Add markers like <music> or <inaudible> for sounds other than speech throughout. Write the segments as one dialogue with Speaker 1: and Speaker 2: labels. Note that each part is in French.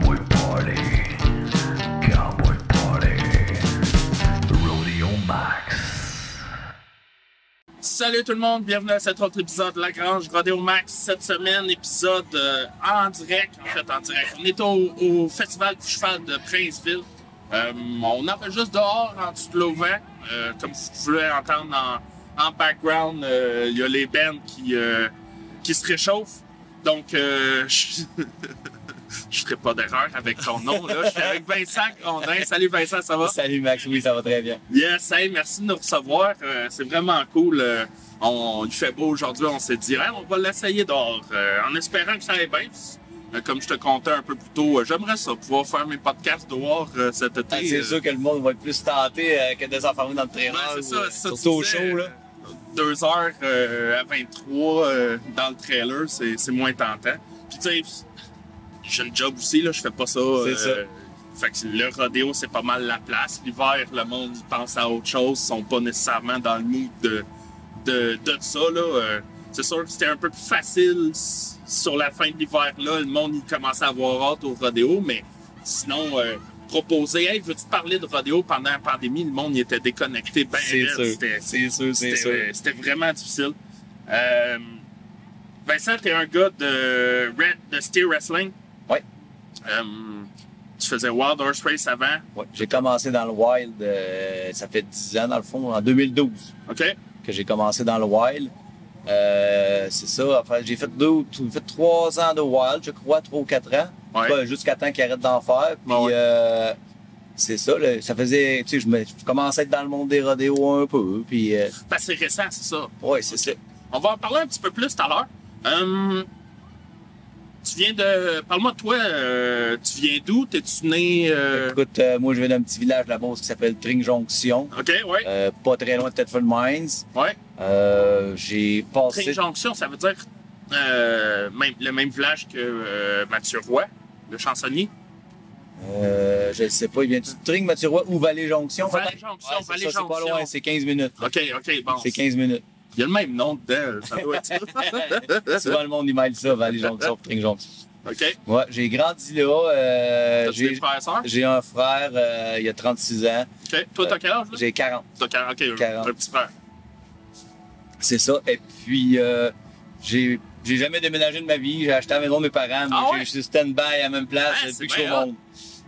Speaker 1: Party. Cowboy Party. Rodeo Max.
Speaker 2: Salut tout le monde, bienvenue à cet autre épisode de La Grange Rodeo Max. Cette semaine, épisode euh, en direct, en fait en direct. On est au, au Festival du Cheval de Princeville. Euh, on en fait juste dehors, en dessous de l'auvent. Euh, comme vous pouvez entendre en, en background, euh, il y a les bands qui, euh, qui se réchauffent. Donc, euh, <laughs> je ne ferai pas d'erreur avec ton nom. Là. Je suis avec Vincent Grondin. Salut Vincent, ça va?
Speaker 3: <laughs> Salut Max, oui, ça va très bien.
Speaker 2: Yes, hey, merci de nous recevoir. Euh, c'est vraiment cool. Euh, on, il fait beau aujourd'hui. On s'est dit, Hey, on va l'essayer dehors. Euh, en espérant que ça aille bien. Euh, comme je te contais un peu plus tôt, euh, j'aimerais ça, pouvoir faire mes podcasts dehors euh, cet été.
Speaker 3: Ah, c'est
Speaker 2: Euh,
Speaker 3: sûr que le monde va être plus tenté euh, que de s'enfermer dans le trailer.
Speaker 2: Ouais, c'est ça,
Speaker 3: ou, euh,
Speaker 2: c'est ça,
Speaker 3: surtout au
Speaker 2: tu disais,
Speaker 3: chaud, là.
Speaker 2: euh, Deux heures euh, à 23 euh, dans le trailer, c'est c'est moins tentant. Puis tu sais, j'ai une job aussi, là, je fais pas ça. euh,
Speaker 3: C'est ça.
Speaker 2: Fait que le rodéo, c'est pas mal la place. L'hiver, le monde il pense à autre chose, ils sont pas nécessairement dans le mood de, de, de ça. Là. Euh, c'est sûr que c'était un peu plus facile s- sur la fin de l'hiver. là. Le monde il commençait à avoir hâte au rodéo, mais sinon, euh, proposer Hey, veux-tu parler de rodéo pendant la pandémie Le monde il était déconnecté. Ben,
Speaker 3: C'est
Speaker 2: raide.
Speaker 3: sûr.
Speaker 2: C'était-
Speaker 3: C'est sûr, c'est
Speaker 2: c'était- euh,
Speaker 3: sûr.
Speaker 2: C'était vraiment difficile. Euh, Vincent, t'es un gars de, Red, de Steer Wrestling.
Speaker 3: Ouais.
Speaker 2: Euh, tu faisais Wild Horse Race avant.
Speaker 3: Ouais, J'ai commencé dans le wild, euh, ça fait 10 ans dans le fond, en 2012
Speaker 2: OK?
Speaker 3: que j'ai commencé dans le wild. Euh, c'est ça, enfin, j'ai fait deux, ou t- fait trois ans de wild, je crois, trois ou quatre ans.
Speaker 2: Ouais.
Speaker 3: Pas Jusqu'à temps qu'ils arrêtent d'en faire. Puis,
Speaker 2: Ouais, ouais.
Speaker 3: euh, c'est ça, là, ça faisait, tu sais, je, me- je commençais à être dans le monde des rodéos un peu. Puis, euh,
Speaker 2: Ben, c'est récent, c'est ça.
Speaker 3: ouais, c'est ça.
Speaker 2: On va en parler un petit peu plus tout à l'heure. Euh, tu viens de. Parle-moi de toi. euh, tu viens d'où? T'es-tu né. euh,
Speaker 3: Écoute, euh, moi, je viens d'un petit village là-bas qui s'appelle Tringjonction,
Speaker 2: OK, ouais.
Speaker 3: euh, pas très loin de Thetford Mines.
Speaker 2: ouais.
Speaker 3: Euh, j'ai passé...
Speaker 2: Trinjonction, ça veut dire euh, même- le même village que euh, Mathieu Roy, le chansonnier.
Speaker 3: Euh, je ne sais pas, il vient du Tring, Mathieu Roy, ou Vallée-Jonction? peut-être?
Speaker 2: Vallée-Jonction,
Speaker 3: Ouais, c'est ça, C'est pas
Speaker 2: Vallée-Jonction.
Speaker 3: loin, c'est 15 minutes.
Speaker 2: OK, OK, bon.
Speaker 3: C'est Euh,
Speaker 2: <laughs>
Speaker 3: 15 minutes.
Speaker 2: Il y a le même nom dedans. Ça doit être
Speaker 3: <laughs>
Speaker 2: ça.
Speaker 3: Souvent, le monde, il mêle ça, Vallée-Jonction, Tring-Jonction.
Speaker 2: OK.
Speaker 3: Ouais, j'ai grandi là. euh,
Speaker 2: T'as des
Speaker 3: j'ai-
Speaker 2: frères et sœurs?
Speaker 3: j'ai un frère, euh, il a 36 ans.
Speaker 2: OK. Toi, t'as quel âge? là?
Speaker 3: J'ai 40.
Speaker 2: T'as quar- OK,
Speaker 3: quarante.
Speaker 2: un petit frère.
Speaker 3: C'est ça. Et puis, euh, j'ai j'ai jamais déménagé de ma vie. J'ai acheté la maison de mes parents. mais
Speaker 2: Ah
Speaker 3: j'ai-
Speaker 2: ouais?
Speaker 3: Je suis stand-by à la même place
Speaker 2: Ah, c'est
Speaker 3: depuis que je suis au
Speaker 2: bien hot.
Speaker 3: monde.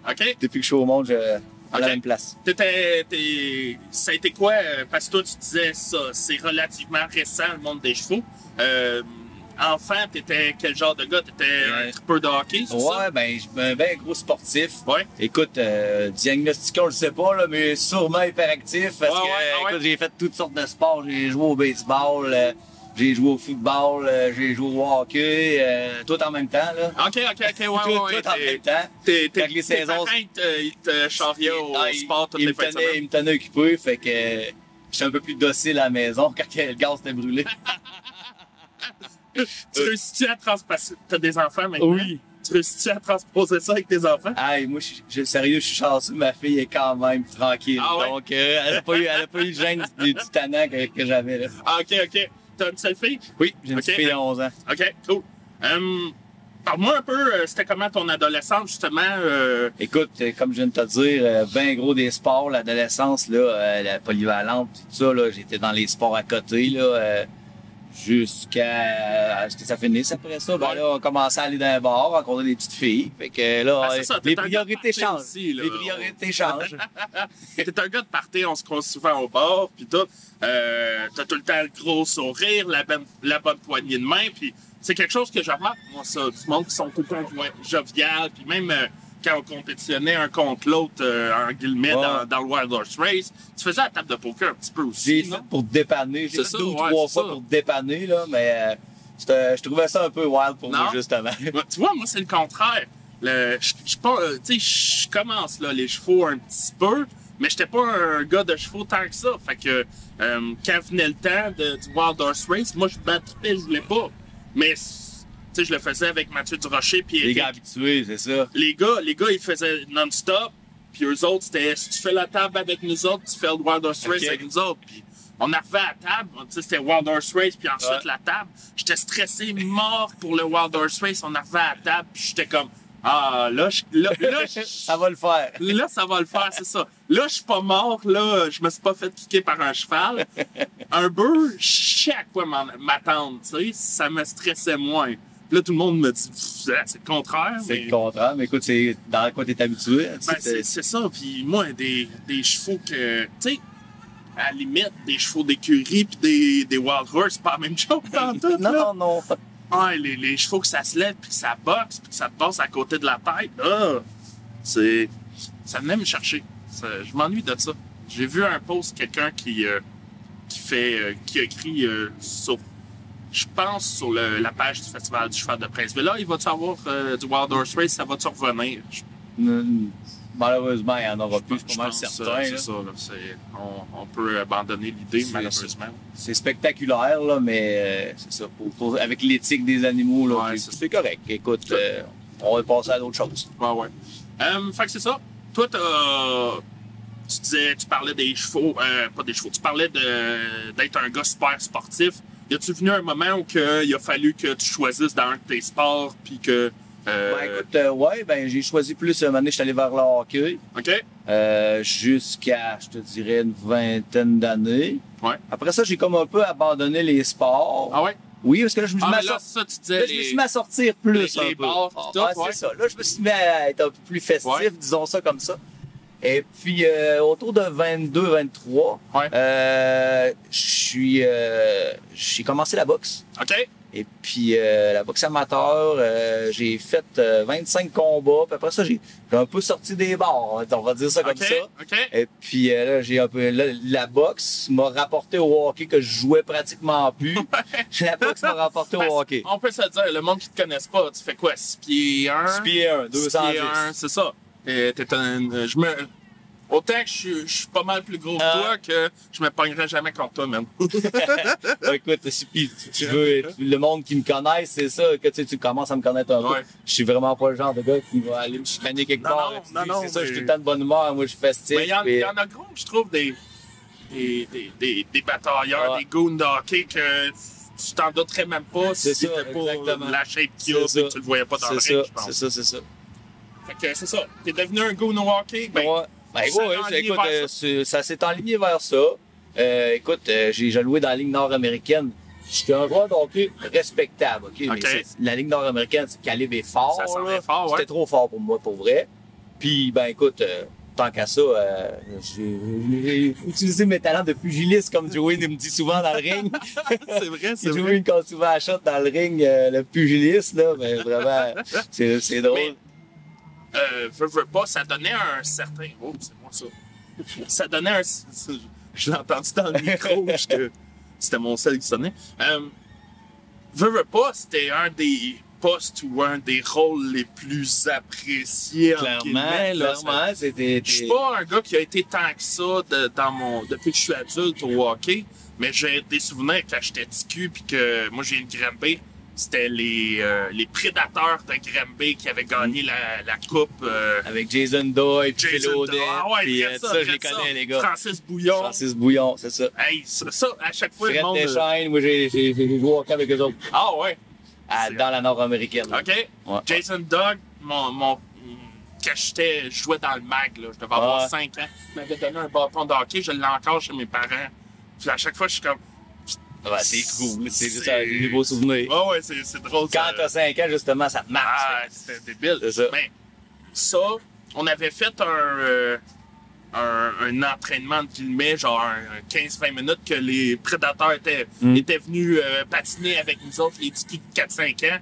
Speaker 2: OK.
Speaker 3: Depuis que je suis au monde, je... à
Speaker 2: Ok.
Speaker 3: la même place.
Speaker 2: T'étais, t'es- ça a été quoi? euh, Parce que toi, tu disais ça, c'est relativement récent, le monde des chevaux. Euh, enfant, t'étais quel genre de gars? T'étais un
Speaker 3: Ouais.
Speaker 2: trippeur de hockey, c'est ça?
Speaker 3: Ouais, ben, je suis un ben gros sportif.
Speaker 2: Ouais.
Speaker 3: Écoute, euh, diagnostiqué, on le sait pas, là, mais sûrement hyperactif parce
Speaker 2: Ouais,
Speaker 3: que,
Speaker 2: ouais, ouais, ouais.
Speaker 3: écoute, j'ai fait toutes sortes de sports. J'ai joué au baseball, euh, j'ai joué au football, euh, j'ai joué au hockey, euh, tout en même temps, là.
Speaker 2: Ok, ok, ok, ouais,
Speaker 3: tout,
Speaker 2: ouais, ouais.
Speaker 3: tout en
Speaker 2: t'es-
Speaker 3: même temps.
Speaker 2: T'es, t'es,
Speaker 3: Quand les
Speaker 2: tes
Speaker 3: saisons-
Speaker 2: parents, ils te, ils te charriaient au
Speaker 3: Ah, il-
Speaker 2: sport toutes
Speaker 3: il
Speaker 2: les
Speaker 3: me
Speaker 2: fins de
Speaker 3: tenait-
Speaker 2: semaine.
Speaker 3: Il me tenait occupé, fait que euh, j'étais un peu plus docile à la maison <laughs> quand le gaz était brûlé. <laughs>
Speaker 2: Tu réussis-tu à transposer... T'as des enfants maintenant?
Speaker 3: Oui.
Speaker 2: Tu réussis-tu à transposer ça avec tes enfants?
Speaker 3: Aïe, moi, je, je- sérieux, je suis chanceux, ma fille est quand même tranquille.
Speaker 2: Ah ouais?
Speaker 3: Donc, euh, elle n'a pas, eu- elle a pas eu le gêne du, du tannant que, que j'avais. là.
Speaker 2: Ah, ok, ok. T'as une seule fille?
Speaker 3: Oui, j'ai une
Speaker 2: Ok,
Speaker 3: petite fille de 11 ans.
Speaker 2: Ok, cool. Euh, parle-moi un peu, euh, c'était comment ton adolescence, justement? Euh,
Speaker 3: Écoute, euh, comme je viens de te dire, euh, ben gros des sports, l'adolescence, là, euh, la polyvalente, tout ça, là, j'étais dans les sports à côté, là, euh, jusqu'à ce que ça finisse après ça. Ben
Speaker 2: Ouais.
Speaker 3: là, on commençait à aller dans un bar, rencontrer des petites filles. Fait que là,
Speaker 2: Ah, c'est ça,
Speaker 3: euh,
Speaker 2: t'es
Speaker 3: les
Speaker 2: un gars
Speaker 3: priorités
Speaker 2: parti
Speaker 3: changent.
Speaker 2: aussi, là.
Speaker 3: les
Speaker 2: <laughs>
Speaker 3: priorités changent.
Speaker 2: T'es un gars de party, on se croise souvent au bord, puis tout. Euh, t'as tout le temps le gros sourire, la, bonne- la bonne poignée de main, puis c'est quelque chose que je remarque, moi, ça, du monde qui sont tout le temps jo- jovial, puis même euh, quand on compétitionnait un contre l'autre, euh, en guillemets,
Speaker 3: Ouais.
Speaker 2: dans, dans le Wild Horse Race, tu faisais la table de poker un petit peu
Speaker 3: J'ai
Speaker 2: aussi,
Speaker 3: fait
Speaker 2: non?
Speaker 3: pour dépanner. J'ai
Speaker 2: C'est
Speaker 3: fait
Speaker 2: ça,
Speaker 3: deux ou
Speaker 2: ouais,
Speaker 3: trois
Speaker 2: c'est
Speaker 3: fois
Speaker 2: ça.
Speaker 3: pour dépanner, là, mais euh, c'était- je trouvais ça un peu wild pour
Speaker 2: Non.
Speaker 3: moi, justement.
Speaker 2: Ouais, Tu vois, <laughs> moi, c'est le contraire. Le, je, je, pas- euh, tu sais, je commence là, les chevaux un petit peu, mais j'étais pas un gars de chevaux tant que ça. Fait que euh, quand venait le temps de, du Wild Horse Race, moi, je m'attrapais, je voulais pas. Mais tu sais, je le faisais avec Mathieu Durocher. puis
Speaker 3: <laughs> les
Speaker 2: Eric.
Speaker 3: gars habitués, c'est ça.
Speaker 2: les gars, les gars, ils faisaient non-stop. Puis eux autres, c'était si tu fais la table avec nous autres, tu fais le Wild Horse Race
Speaker 3: Ok.
Speaker 2: avec nous autres. Puis on arrivait à la table, on- tu sais, c'était Wild Horse Race, puis ensuite
Speaker 3: Ouais.
Speaker 2: la table. J'étais stressé, mort pour le Wild Horse Race. On arrivait à la table, puis j'étais comme, Ah, là, je- là,
Speaker 3: <laughs>
Speaker 2: là, je-
Speaker 3: ça va le faire.
Speaker 2: là, ça va le faire, c'est ça. Là, je suis pas mort, là, je me suis pas fait kicker par un cheval. Un bœuf, je sais à quoi m'en- m'attendre, tu sais, ça me stressait moins. Puis Là, tout le monde me dit, Pff, ah, c'est le contraire.
Speaker 3: C'est
Speaker 2: mais-
Speaker 3: le contraire, mais écoute, c'est dans quoi t'es habitué. hein, tu sais,
Speaker 2: Ben, c'est c'est ça. Puis moi, des, des chevaux que, tu sais, à la limite, des chevaux d'écurie puis des, des wild horse, c'est pas la même chose dans tout.
Speaker 3: non,
Speaker 2: là.
Speaker 3: non, non.
Speaker 2: Ah, les, les chevaux que ça se lève puis que ça boxe puis que ça te passe à côté de la tête, ah, c'est. Ça venait me chercher. Ça- je m'ennuie de ça. J'ai vu un post quelqu'un qui, euh, qui fait. euh, qui a écrit euh, sur. Je pense sur le- la page du Festival du Cheval de Princeville. Là, il va-tu avoir euh, du Wild Horse Race? Ça va-tu revenir? Je
Speaker 3: Hum, Malheureusement, il n'y en aura plus, je suis pas mal
Speaker 2: pense,
Speaker 3: certain.
Speaker 2: euh,
Speaker 3: là.
Speaker 2: C'est ça, là, c'est- on, on peut abandonner l'idée,
Speaker 3: C'est-
Speaker 2: malheureusement.
Speaker 3: C'est spectaculaire, là, mais euh, c'est ça. pour- pour- avec l'éthique des animaux, là,
Speaker 2: Ouais,
Speaker 3: puis
Speaker 2: c'est ça.
Speaker 3: c'est correct. Écoute, euh, on va passer à d'autres choses.
Speaker 2: Ouais, ouais. Euh, fait que c'est ça. Toi, t'as- tu disais, tu parlais des chevaux, euh, pas des chevaux, tu parlais de- d'être un gars super sportif. Y a-tu venu un moment où que, il a fallu que tu choisisses dans un de tes sports, puis que. euh,
Speaker 3: Ben, écoute, euh, ouais, ben, j'ai choisi plus. Un moment donné, je suis allé vers le hockey
Speaker 2: OK?
Speaker 3: euh, jusqu'à, je te dirais, une vingtaine d'années.
Speaker 2: Ouais.
Speaker 3: Après ça, j'ai comme un peu abandonné les sports.
Speaker 2: Ah ouais?
Speaker 3: Oui, parce que là, je me suis
Speaker 2: Ah,
Speaker 3: mis à
Speaker 2: mais là,
Speaker 3: sor-
Speaker 2: ça, tu
Speaker 3: là,
Speaker 2: disais.
Speaker 3: je me
Speaker 2: les-
Speaker 3: suis mis à sortir plus.
Speaker 2: les- les
Speaker 3: un peu.
Speaker 2: bars, pis
Speaker 3: Ah,
Speaker 2: tout,
Speaker 3: ah,
Speaker 2: ouais.
Speaker 3: c'est ça. Là, je me suis mis à être un peu plus festif,
Speaker 2: Ouais.
Speaker 3: disons ça comme ça. Et puis, euh, autour de 22, 23,
Speaker 2: Ouais.
Speaker 3: euh, je suis, euh, j'ai commencé la boxe.
Speaker 2: OK?
Speaker 3: Et puis, euh, la boxe amateur, euh, j'ai fait euh, 25 combats. Puis après ça, j'ai j'ai un peu sorti des bars, on va dire ça comme
Speaker 2: OK?
Speaker 3: ça.
Speaker 2: OK?
Speaker 3: Et puis euh, là, j'ai un peu là, la boxe m'a rapporté au hockey que je jouais pratiquement
Speaker 2: <laughs>
Speaker 3: plus. la boxe m'a rapporté
Speaker 2: Parce-
Speaker 3: au hockey.
Speaker 2: On peut se le dire, le monde qui te connaisse pas, tu fais quoi? 6 pieds 1?
Speaker 3: 6 pieds 1, 210.
Speaker 2: un, c'est ça. Et t'es un, euh, je me, autant que je, suis- je suis pas mal plus gros que
Speaker 3: Ah.
Speaker 2: toi que je me pognerais jamais contre toi même.
Speaker 3: Ah, écoute, si puis tu- tu veux, tu- le monde qui me connaît, c'est ça, que tu, sais, tu commences à me connaître un
Speaker 2: Ouais.
Speaker 3: peu. Je suis vraiment pas le genre de gars qui va aller me chicaner quelque
Speaker 2: Non,
Speaker 3: part.
Speaker 2: non,
Speaker 3: tu
Speaker 2: non,
Speaker 3: sais,
Speaker 2: non,
Speaker 3: c'est ça, je suis
Speaker 2: mais-
Speaker 3: tout le temps de bonne humeur. Moi, je suis festif.
Speaker 2: Mais il y, en-
Speaker 3: puis-
Speaker 2: y en a gros, je trouve, des, des, des, des, des batailleurs,
Speaker 3: Ah.
Speaker 2: des goons de hockey que tu t'en douterais même pas si
Speaker 3: C'est ça,
Speaker 2: c'était pas
Speaker 3: exactement.
Speaker 2: la shape qu'il y a
Speaker 3: C'est
Speaker 2: et
Speaker 3: ça.
Speaker 2: que tu le voyais pas dans le
Speaker 3: C'est
Speaker 2: ring,
Speaker 3: ça,
Speaker 2: je pense.
Speaker 3: c'est ça, c'est ça.
Speaker 2: Fait que c'est ça. T'es devenu un goon au hockey, ben,
Speaker 3: Ouais.
Speaker 2: ça
Speaker 3: Ben, ouais,
Speaker 2: s'est
Speaker 3: c'est-
Speaker 2: enligné
Speaker 3: écoute,
Speaker 2: vers
Speaker 3: euh, c'est- ça s'est enligné vers ça. Euh, écoute, euh, j'ai j'ai joué dans la Ligue nord-américaine. J'étais un joueur d'hockey respectable, OK? Mais
Speaker 2: OK.
Speaker 3: c'est- la Ligue nord-américaine, c'est calibre est fort.
Speaker 2: Ça s'en
Speaker 3: là.
Speaker 2: est fort, ouais.
Speaker 3: C'était trop fort pour moi, pour vrai. Puis, ben écoute, euh, tant qu'à ça, euh, j'ai j'ai utilisé mes talents de pugiliste, comme Joey me dit souvent dans le ring.
Speaker 2: <laughs> c'est vrai, <laughs> c'est
Speaker 3: J'ai
Speaker 2: vrai.
Speaker 3: joué une cause souvent à shot dans le ring, euh, le pugiliste, là. Ben vraiment, c'est c'est drôle.
Speaker 2: Mais, euh, veux, veux pas, ça donnait un certain. Oh, c'est moi ça. <laughs> ça donnait un. <laughs> Je l'ai entendu dans le
Speaker 3: <laughs>
Speaker 2: micro, parce que c'était mon sel qui sonnait. Euh, veux, veux pas, c'était un des postes ou un des rôles les plus appréciés. entre guillemets,
Speaker 3: clairement,
Speaker 2: là. Ça-
Speaker 3: clairement, c'était...
Speaker 2: Je suis pas un gars qui a été tant que ça de- dans mon, depuis que je suis adulte au hockey, mais j'ai des souvenirs quand j'étais petit cul puis que moi j'ai une Grimby. C'était les, euh, les prédateurs de Grimby qui avaient gagné la, la coupe. euh,
Speaker 3: Avec Jason Doyle, puis Mm. Phil
Speaker 2: Jason
Speaker 3: O'Day,
Speaker 2: Ah ouais,
Speaker 3: puis
Speaker 2: traite
Speaker 3: euh,
Speaker 2: ça,
Speaker 3: ça, je les
Speaker 2: traite ça.
Speaker 3: connais, les gars.
Speaker 2: Francis Bouillon.
Speaker 3: Francis Bouillon, c'est ça.
Speaker 2: Hey, ça, ça, à chaque fois, le
Speaker 3: Fred
Speaker 2: monde. euh,
Speaker 3: Deschaines, moi j'ai j'ai- j'ai joué au camp avec eux autres
Speaker 2: Ah ouais,
Speaker 3: à-
Speaker 2: C'est-
Speaker 3: dans la nord-américaine. là.
Speaker 2: ok.
Speaker 3: Ouais.
Speaker 2: Jason Dog, mon. mon quand j'étais, je jouais dans le mag, là, je devais
Speaker 3: Ouais.
Speaker 2: avoir 5 ans. Il m'avait donné un bâton de hockey, je l'ai encore chez mes parents. Puis à chaque fois, je suis comme.
Speaker 3: Ah, Ouais, c'est cool, c'est juste
Speaker 2: C'est-
Speaker 3: un nouveau souvenir.
Speaker 2: Ouais, ouais, c'est c'est drôle.
Speaker 3: Quand
Speaker 2: ça.
Speaker 3: t'as 5 ans, justement, ça te marche.
Speaker 2: Ah, c'était débile.
Speaker 3: C'est ça.
Speaker 2: Mais ça, on avait fait un, euh, un, un entraînement de guillemets, genre un 15-20 minutes, que les prédateurs étaient,
Speaker 3: Mm.
Speaker 2: étaient venus euh, patiner avec nous autres, les petits de 4-5 ans.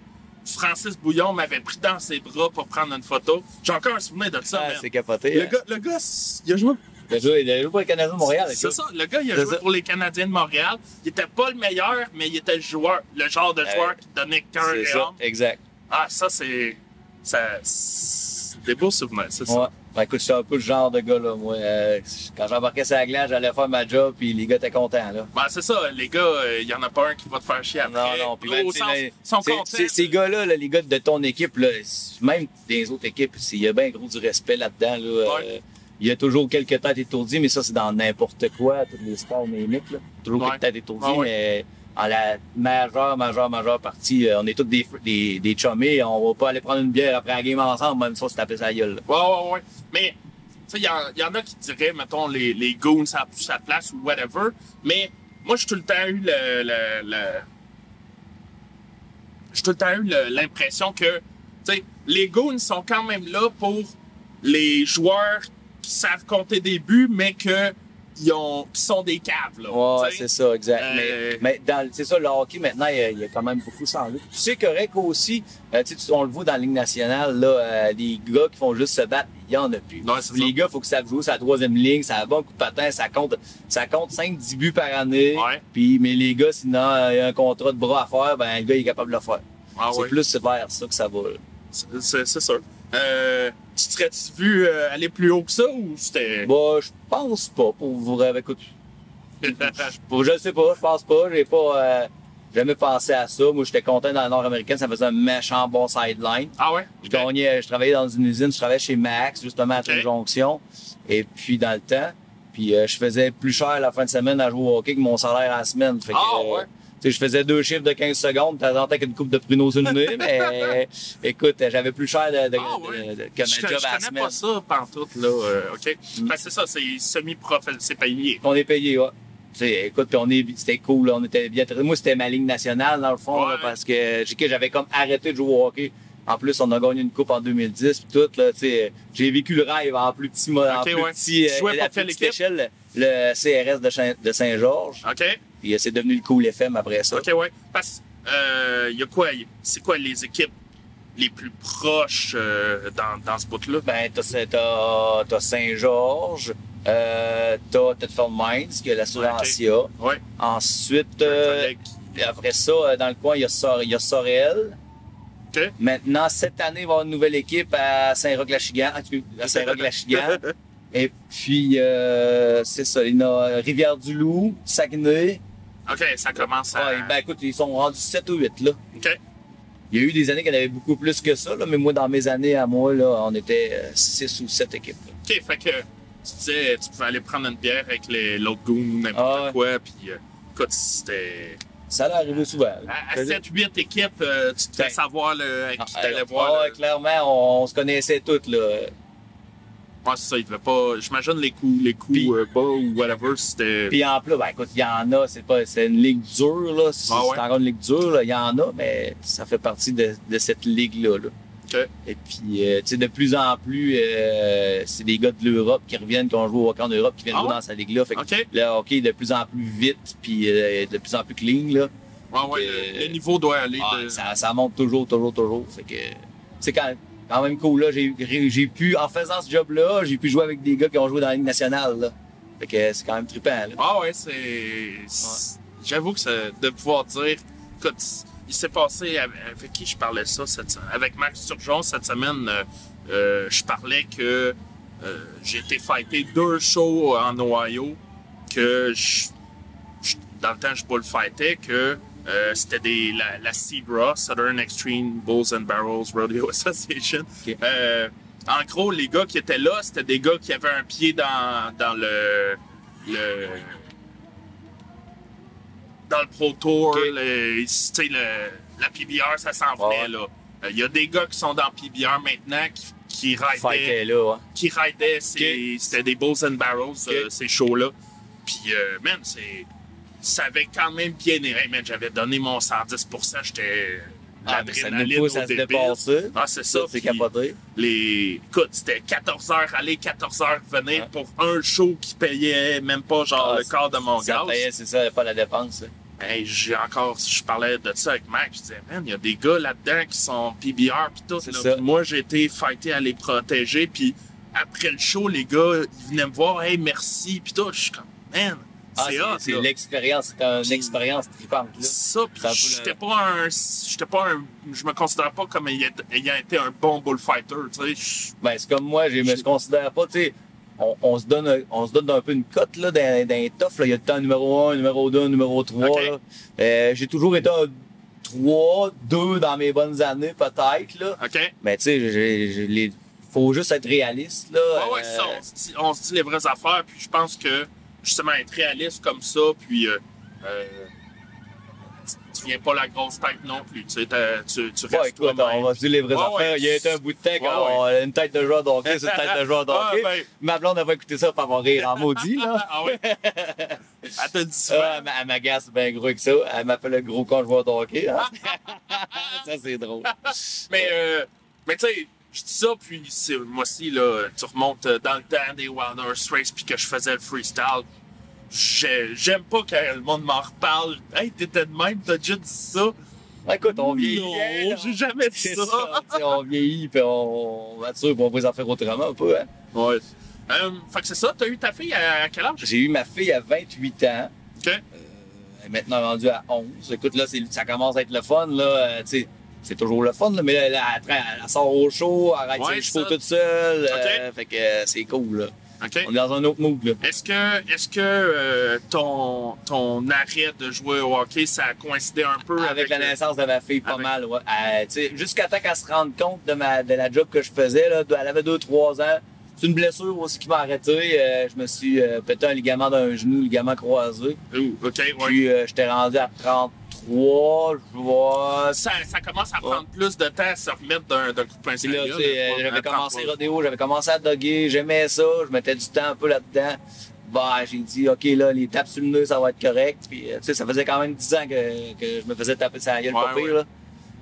Speaker 2: Francis Bouillon m'avait pris dans ses bras pour prendre une photo. J'ai encore un souvenir de ça.
Speaker 3: Ah,
Speaker 2: man.
Speaker 3: c'est capoté.
Speaker 2: le,
Speaker 3: hein.
Speaker 2: gars, le gars, s- il a joué
Speaker 3: Il a joué- il a joué pour les Canadiens de Montréal. le
Speaker 2: c'est
Speaker 3: gars.
Speaker 2: ça, le gars, il a
Speaker 3: C'est
Speaker 2: joué
Speaker 3: ça.
Speaker 2: pour les Canadiens de Montréal. Il était pas le meilleur, mais il était le joueur, le genre de
Speaker 3: Ouais.
Speaker 2: joueur qui donnait qu'un
Speaker 3: C'est
Speaker 2: et
Speaker 3: ça, exact.
Speaker 2: ah, ça, c'est. Ça, c'est des beaux souvenirs, c'est ça.
Speaker 3: Ouais. Ben, écoute, je suis un peu le genre de gars, là, moi. euh, quand j'embarquais sur la glace, j'allais faire ma job, puis les gars étaient contents, là.
Speaker 2: Ben, c'est ça, les gars, il n'y y en a pas un qui va te faire chier
Speaker 3: Non,
Speaker 2: après.
Speaker 3: non, puis
Speaker 2: Au
Speaker 3: ben, tu sais,
Speaker 2: sens,
Speaker 3: ben,
Speaker 2: ils sont
Speaker 3: c'est-
Speaker 2: contents.
Speaker 3: c'est- Ces gars-là, là, les gars de ton équipe, là, c'est- même des autres équipes, c'est- il y a bien gros du respect là-dedans. là, euh,
Speaker 2: Ouais.
Speaker 3: il y a toujours quelques têtes étourdies, mais ça, c'est dans n'importe quoi, tous les sports, mes là. Toujours
Speaker 2: Ouais.
Speaker 3: quelques têtes étourdies,
Speaker 2: Ouais, ouais.
Speaker 3: mais en la majeure, majeure, majeure partie, euh, on est tous des, fr- des, des chummés. On va pas aller prendre une bière après la game ensemble, même si on se tapait sa gueule. là.
Speaker 2: Ouais, ouais, ouais. Mais, tu sais, il y, en- y en a qui diraient, mettons, les, les goons à sa place ou whatever. Mais, moi, j'ai tout le temps eu le. le, le- j'ai tout le temps eu le- l'impression que, tu sais, les goons sont quand même là pour les joueurs qui savent compter des buts, mais que. Ils ont, qui sont des caves, là.
Speaker 3: Ouais,
Speaker 2: tu sais.
Speaker 3: c'est ça, exact.
Speaker 2: Euh,
Speaker 3: Mais, mais dans, le- c'est ça, le hockey, maintenant, il y a, il y a quand même beaucoup sans lutte. C'est correct aussi, euh, tu sais, tu- on le voit dans la Ligue nationale, là, euh, les gars qui font juste se battre, il y en a plus.
Speaker 2: Ouais, c'est
Speaker 3: les
Speaker 2: ça.
Speaker 3: gars, faut que ça joue sa troisième ligne, ça a un bon coup de patin, ça compte, ça compte 5-10 buts par année.
Speaker 2: Ouais.
Speaker 3: Puis, mais les gars, sinon, euh, il y a un contrat de bras à faire, ben, le gars, il est capable de le faire.
Speaker 2: Ah
Speaker 3: c'est
Speaker 2: ouais.
Speaker 3: plus vers ça que ça va. là.
Speaker 2: C'est- C'est c'est sûr. Euh, tu te serais-tu vu euh, aller plus haut que ça ou c'était.
Speaker 3: Bah, je pense pas, pour vous écoute, Pour- je sais pas, je pense pas. J'ai pas euh, jamais pensé à ça. Moi, j'étais content dans la nord-américaine, ça me faisait un méchant bon sideline.
Speaker 2: <laughs> ah ouais?
Speaker 3: Je gagnais, je travaillais dans une usine, je travaillais chez Max, justement à
Speaker 2: Ok.
Speaker 3: Jonction. Et puis, dans le temps, puis euh, je faisais plus cher la fin de semaine à jouer au hockey que mon salaire à la semaine. Fait que,
Speaker 2: Ah, ouais.
Speaker 3: euh, tu sais, je faisais deux chiffres de 15 secondes, de temps en temps qu'une coupe de
Speaker 2: <laughs>
Speaker 3: pruneaux sur le nez, mais euh, écoute, j'avais plus cher de, de,
Speaker 2: Ah,
Speaker 3: de-
Speaker 2: ouais.
Speaker 3: de- que ma
Speaker 2: je,
Speaker 3: job
Speaker 2: je
Speaker 3: à la
Speaker 2: connais
Speaker 3: semaine.
Speaker 2: pas ça pantoute, là. euh, OK.
Speaker 3: Mm.
Speaker 2: Ben, c'est ça, c'est semi-professionnel, c'est payé.
Speaker 3: On est payé, ouais. Tu sais, écoute, puis on est, c'était cool, là, on était bien traités. Moi, c'était ma ligne nationale, dans le fond,
Speaker 2: Ouais.
Speaker 3: là, parce que j'ai- que j'avais comme arrêté de jouer au hockey. En plus, on a gagné une coupe en 2010, puis tout, là, tu sais, j'ai vécu le rêve en plus petit, mo- en
Speaker 2: Ok,
Speaker 3: plus
Speaker 2: ouais.
Speaker 3: petit,
Speaker 2: Tu jouais
Speaker 3: euh,
Speaker 2: pour
Speaker 3: à plus
Speaker 2: quelle
Speaker 3: petite
Speaker 2: équipe?
Speaker 3: échelle, le CRS de, Saint- de Saint-Georges,
Speaker 2: OK?
Speaker 3: puis euh, c'est devenu le Cool FM après ça.
Speaker 2: OK, ouais. Parce que, euh, y a quoi? y- C'est quoi les équipes les plus proches euh, dans, dans ce bout-là?
Speaker 3: Ben, t'as, Saint- t'as, t'as Saint-Georges, euh, t'as Tedford Mines, qui est la Soudantia.
Speaker 2: Ouais.
Speaker 3: Ensuite,
Speaker 2: Un
Speaker 3: euh,
Speaker 2: collègue qui-
Speaker 3: Puis après ça, euh, dans le coin, il y a, Sor- il y a Sorel.
Speaker 2: OK.
Speaker 3: Maintenant, cette année, il va y avoir une nouvelle équipe à Saint-Roch-Lachigan. À Saint-Roch-Lachigan.
Speaker 2: <laughs>
Speaker 3: Et puis, euh, c'est ça, il y en a Rivière-du-Loup, Saguenay.
Speaker 2: OK, ça commence à.
Speaker 3: Ouais, ben écoute, ils sont rendus 7 ou 8, là.
Speaker 2: OK.
Speaker 3: Il y a eu des années qu'il y en avait beaucoup plus que ça, là, mais moi, dans mes années à moi, là, on était 6 ou 7 équipes. là.
Speaker 2: OK, fait que tu disais, tu pouvais aller prendre une bière avec les- l'autre goon ou n'importe
Speaker 3: Ah ouais.
Speaker 2: quoi, puis euh, écoute, c'était.
Speaker 3: Ça allait arriver souvent. là.
Speaker 2: À,
Speaker 3: Je veux dire-
Speaker 2: 7-8 équipes, euh, tu devais
Speaker 3: Ben.
Speaker 2: savoir le, à qui
Speaker 3: Ah,
Speaker 2: t'allais
Speaker 3: euh,
Speaker 2: voir.
Speaker 3: ouais,
Speaker 2: là.
Speaker 3: clairement, on, on se connaissait toutes, là.
Speaker 2: Ouais, c'est ça, il devait pas. J'imagine les coups, les coups
Speaker 3: Puis-
Speaker 2: euh, bas ou whatever, c'était.
Speaker 3: Puis en plus, ben écoute, il y en a, c'est pas c'est une ligue dure, là. C'est
Speaker 2: Ah ouais?
Speaker 3: c'est encore une ligue dure, là, il y en a, mais ça fait partie de, de cette ligue-là. là.
Speaker 2: Ok.
Speaker 3: Et puis, euh, tu sais, de plus en plus, euh, c'est des gars de l'Europe qui reviennent, qui ont joué au hockey en Europe, qui viennent
Speaker 2: Ah
Speaker 3: jouer
Speaker 2: ouais?
Speaker 3: dans cette ligue-là. Fait que
Speaker 2: Ok.
Speaker 3: le hockey est de plus en plus vite, puis euh, de plus en plus clean, là.
Speaker 2: Ouais, ouais,
Speaker 3: euh,
Speaker 2: le, le niveau doit aller.
Speaker 3: Ah,
Speaker 2: de-
Speaker 3: ça, ça monte toujours, toujours, toujours. Fait que c'est quand, quand même cool, là. J'ai- J'ai j'ai pu, en faisant ce job-là, j'ai pu jouer avec des gars qui ont joué dans la Ligue nationale, là. Fait que c'est quand même trippant, là.
Speaker 2: Ah ouais, c'est. c'est- J'avoue que ça- de pouvoir dire. Écoute, il s'est passé. Avec, avec qui je parlais ça cette semaine Avec Max Turgeon cette semaine, euh, euh, je parlais que euh, j'ai été fighté deux shows en Ohio que je, je- dans le temps, je pas le fightais, que euh, c'était des, la, la SEBRA, Southern Extreme Bulls and Barrels Rodeo <laughs> Association.
Speaker 3: Ok.
Speaker 2: Euh, en gros, les gars qui étaient là, c'était des gars qui avaient un pied dans, dans le, le- dans le Pro Tour,
Speaker 3: Ok.
Speaker 2: le- tu sais, le- la PBR, ça s'en venait,
Speaker 3: Ouais.
Speaker 2: là. Euh, Il y a des gars qui sont dans PBR maintenant qui, qui ridaient-
Speaker 3: Fighter, là, ouais.
Speaker 2: qui ridaient, ces- c'était des Bulls and Barrels, euh, ces shows-là. Puis, euh, man, c'est, ça avait quand même bien erré, man. J'avais donné mon 110%, j'étais
Speaker 3: Ah, mais ça
Speaker 2: l'adrénaline
Speaker 3: nous pousse
Speaker 2: au
Speaker 3: à se
Speaker 2: débile.
Speaker 3: dépasser.
Speaker 2: Ah, c'est ça.
Speaker 3: Ça, c'est
Speaker 2: puis
Speaker 3: capoté.
Speaker 2: les... Écoute, c'était 14 heures aller, 14 heures venir
Speaker 3: Ouais.
Speaker 2: pour un show qui payait même pas genre
Speaker 3: Ah,
Speaker 2: le quart de mon
Speaker 3: Ça
Speaker 2: gaz.
Speaker 3: payait, c'est ça, pas la dépense. hein. ça.
Speaker 2: Hey, j'ai encore, je parlais de ça avec Mac, je disais, man, il y a des gars là-dedans qui sont PBR pis tout.
Speaker 3: C'est
Speaker 2: là.
Speaker 3: ça.
Speaker 2: Puis moi, j'ai été fighté à les protéger puis après le show, les gars, ils venaient me voir, hey, merci pis tout. Je suis comme, man,
Speaker 3: Ah,
Speaker 2: c'est hot,
Speaker 3: c'est
Speaker 2: là.
Speaker 3: l'expérience, c'est un- une
Speaker 2: Puis-
Speaker 3: expérience trippante. là.
Speaker 2: Ça, pis
Speaker 3: Ça peut le-
Speaker 2: j'étais pas un, j'étais pas un, je me considère pas comme ayant ayant été un bon bullfighter, tu sais.
Speaker 3: Ben, c'est comme moi, je me
Speaker 2: Je-
Speaker 3: considère pas, tu sais, on, on se donne, un- on se donne un peu une cote, là, d'un, d'un tough, là. Il y a le temps numéro 1, numéro 2, numéro 3,
Speaker 2: Ok.
Speaker 3: là. Euh, j'ai toujours été un 3, 2 dans mes bonnes années, peut-être, là.
Speaker 2: Je- OK?
Speaker 3: Mais, tu sais, j'ai- j'ai les- faut juste être réaliste, là.
Speaker 2: Ouais, ouais,
Speaker 3: Euh,
Speaker 2: ça, on se, dit, on se dit les vraies affaires, puis je pense que justement être réaliste comme ça, puis euh, euh, tu viens pas la grosse tête non plus. Tu, sais, t'as- tu, tu
Speaker 3: Ouais,
Speaker 2: restes
Speaker 3: écoute, on
Speaker 2: toi-même.
Speaker 3: va se dire les vraies
Speaker 2: Ouais,
Speaker 3: affaires.
Speaker 2: ouais.
Speaker 3: Il y a été un bout de temps
Speaker 2: Ouais,
Speaker 3: qu'on- une tête de
Speaker 2: <laughs>
Speaker 3: joueur d'hockey, c'est une tête de joueur
Speaker 2: Ah,
Speaker 3: d'hockey.
Speaker 2: ben.
Speaker 3: Ma blonde, elle va écouter ça, pour va rire en
Speaker 2: <laughs>
Speaker 3: maudit, là.
Speaker 2: Ah
Speaker 3: <laughs>
Speaker 2: oui? Elle te dit
Speaker 3: Ah,
Speaker 2: souvent.
Speaker 3: elle m'a- elle m'agace bien gros avec ça. Elle m'appelle le gros con joueur d'hockey. hein. <laughs> ça, c'est drôle.
Speaker 2: Mais, euh, mais tu sais, je dis ça, puis c'est- moi aussi, là, tu remontes euh, dans le temps des Wilders Race, puis que je faisais le freestyle. J'ai- J'aime pas quand le monde m'en reparle. Hey, t'étais de même, t'as déjà dit ça.
Speaker 3: Ouais, Ben, écoute, on vieillit.
Speaker 2: non,
Speaker 3: hein,
Speaker 2: j'ai jamais dit
Speaker 3: C'est
Speaker 2: ça.
Speaker 3: ça, tu sais, on vieillit, puis on, on mature, puis on va les en faire autrement un peu. hein.
Speaker 2: Ouais. Euh, fait que c'est ça, t'as eu ta fille à, à quel âge?
Speaker 3: J'ai eu ma fille à 28 ans.
Speaker 2: Ok.
Speaker 3: Elle est maintenant rendue à 11. Écoute, là, c'est- ça commence à être le fun, là. euh, tu sais, c'est toujours le fun, là, mais là, là, elle, tra- elle sort au chaud, elle arrête
Speaker 2: Ouais,
Speaker 3: ses chevaux
Speaker 2: ça.
Speaker 3: toute seule. euh, fait que euh, c'est cool, là.
Speaker 2: Ok.
Speaker 3: On est dans un autre mood, là.
Speaker 2: Est-ce que, est-ce que euh, ton, ton arrêt de jouer au hockey, ça a coïncidé un peu
Speaker 3: Avec
Speaker 2: avec,
Speaker 3: la
Speaker 2: le-
Speaker 3: naissance de ma fille, pas
Speaker 2: avec-
Speaker 3: mal, ouais. Euh, tu sais, Jusqu'à temps qu'elle se rende compte de, ma, de la job que je faisais, là, elle avait 2-3 ans. C'est une blessure aussi qui m'a arrêté. Euh, je me suis euh, pété un ligament d'un genou, ligament croisé.
Speaker 2: euh, Ouh, ok, ouais.
Speaker 3: Puis euh, j'étais rendu à 33, je vois.
Speaker 2: ça, ça commence à prendre plus de temps à se remettre d'un, d'un coup de poing
Speaker 3: Puis là,
Speaker 2: sérieux,
Speaker 3: tu sais,
Speaker 2: là,
Speaker 3: euh,
Speaker 2: pour
Speaker 3: j'avais
Speaker 2: apprendre
Speaker 3: commencé
Speaker 2: pour-
Speaker 3: rodéo, j'avais commencé à dogger, j'aimais ça, je mettais du temps un peu là-dedans. Bah, j'ai dit, OK, là, les tapes sur le nez, ça va être correct. Puis, euh, tu sais, ça faisait quand même 10 ans que, que je me faisais taper sur la gueule,
Speaker 2: Ouais,
Speaker 3: pas pire,
Speaker 2: ouais.
Speaker 3: là.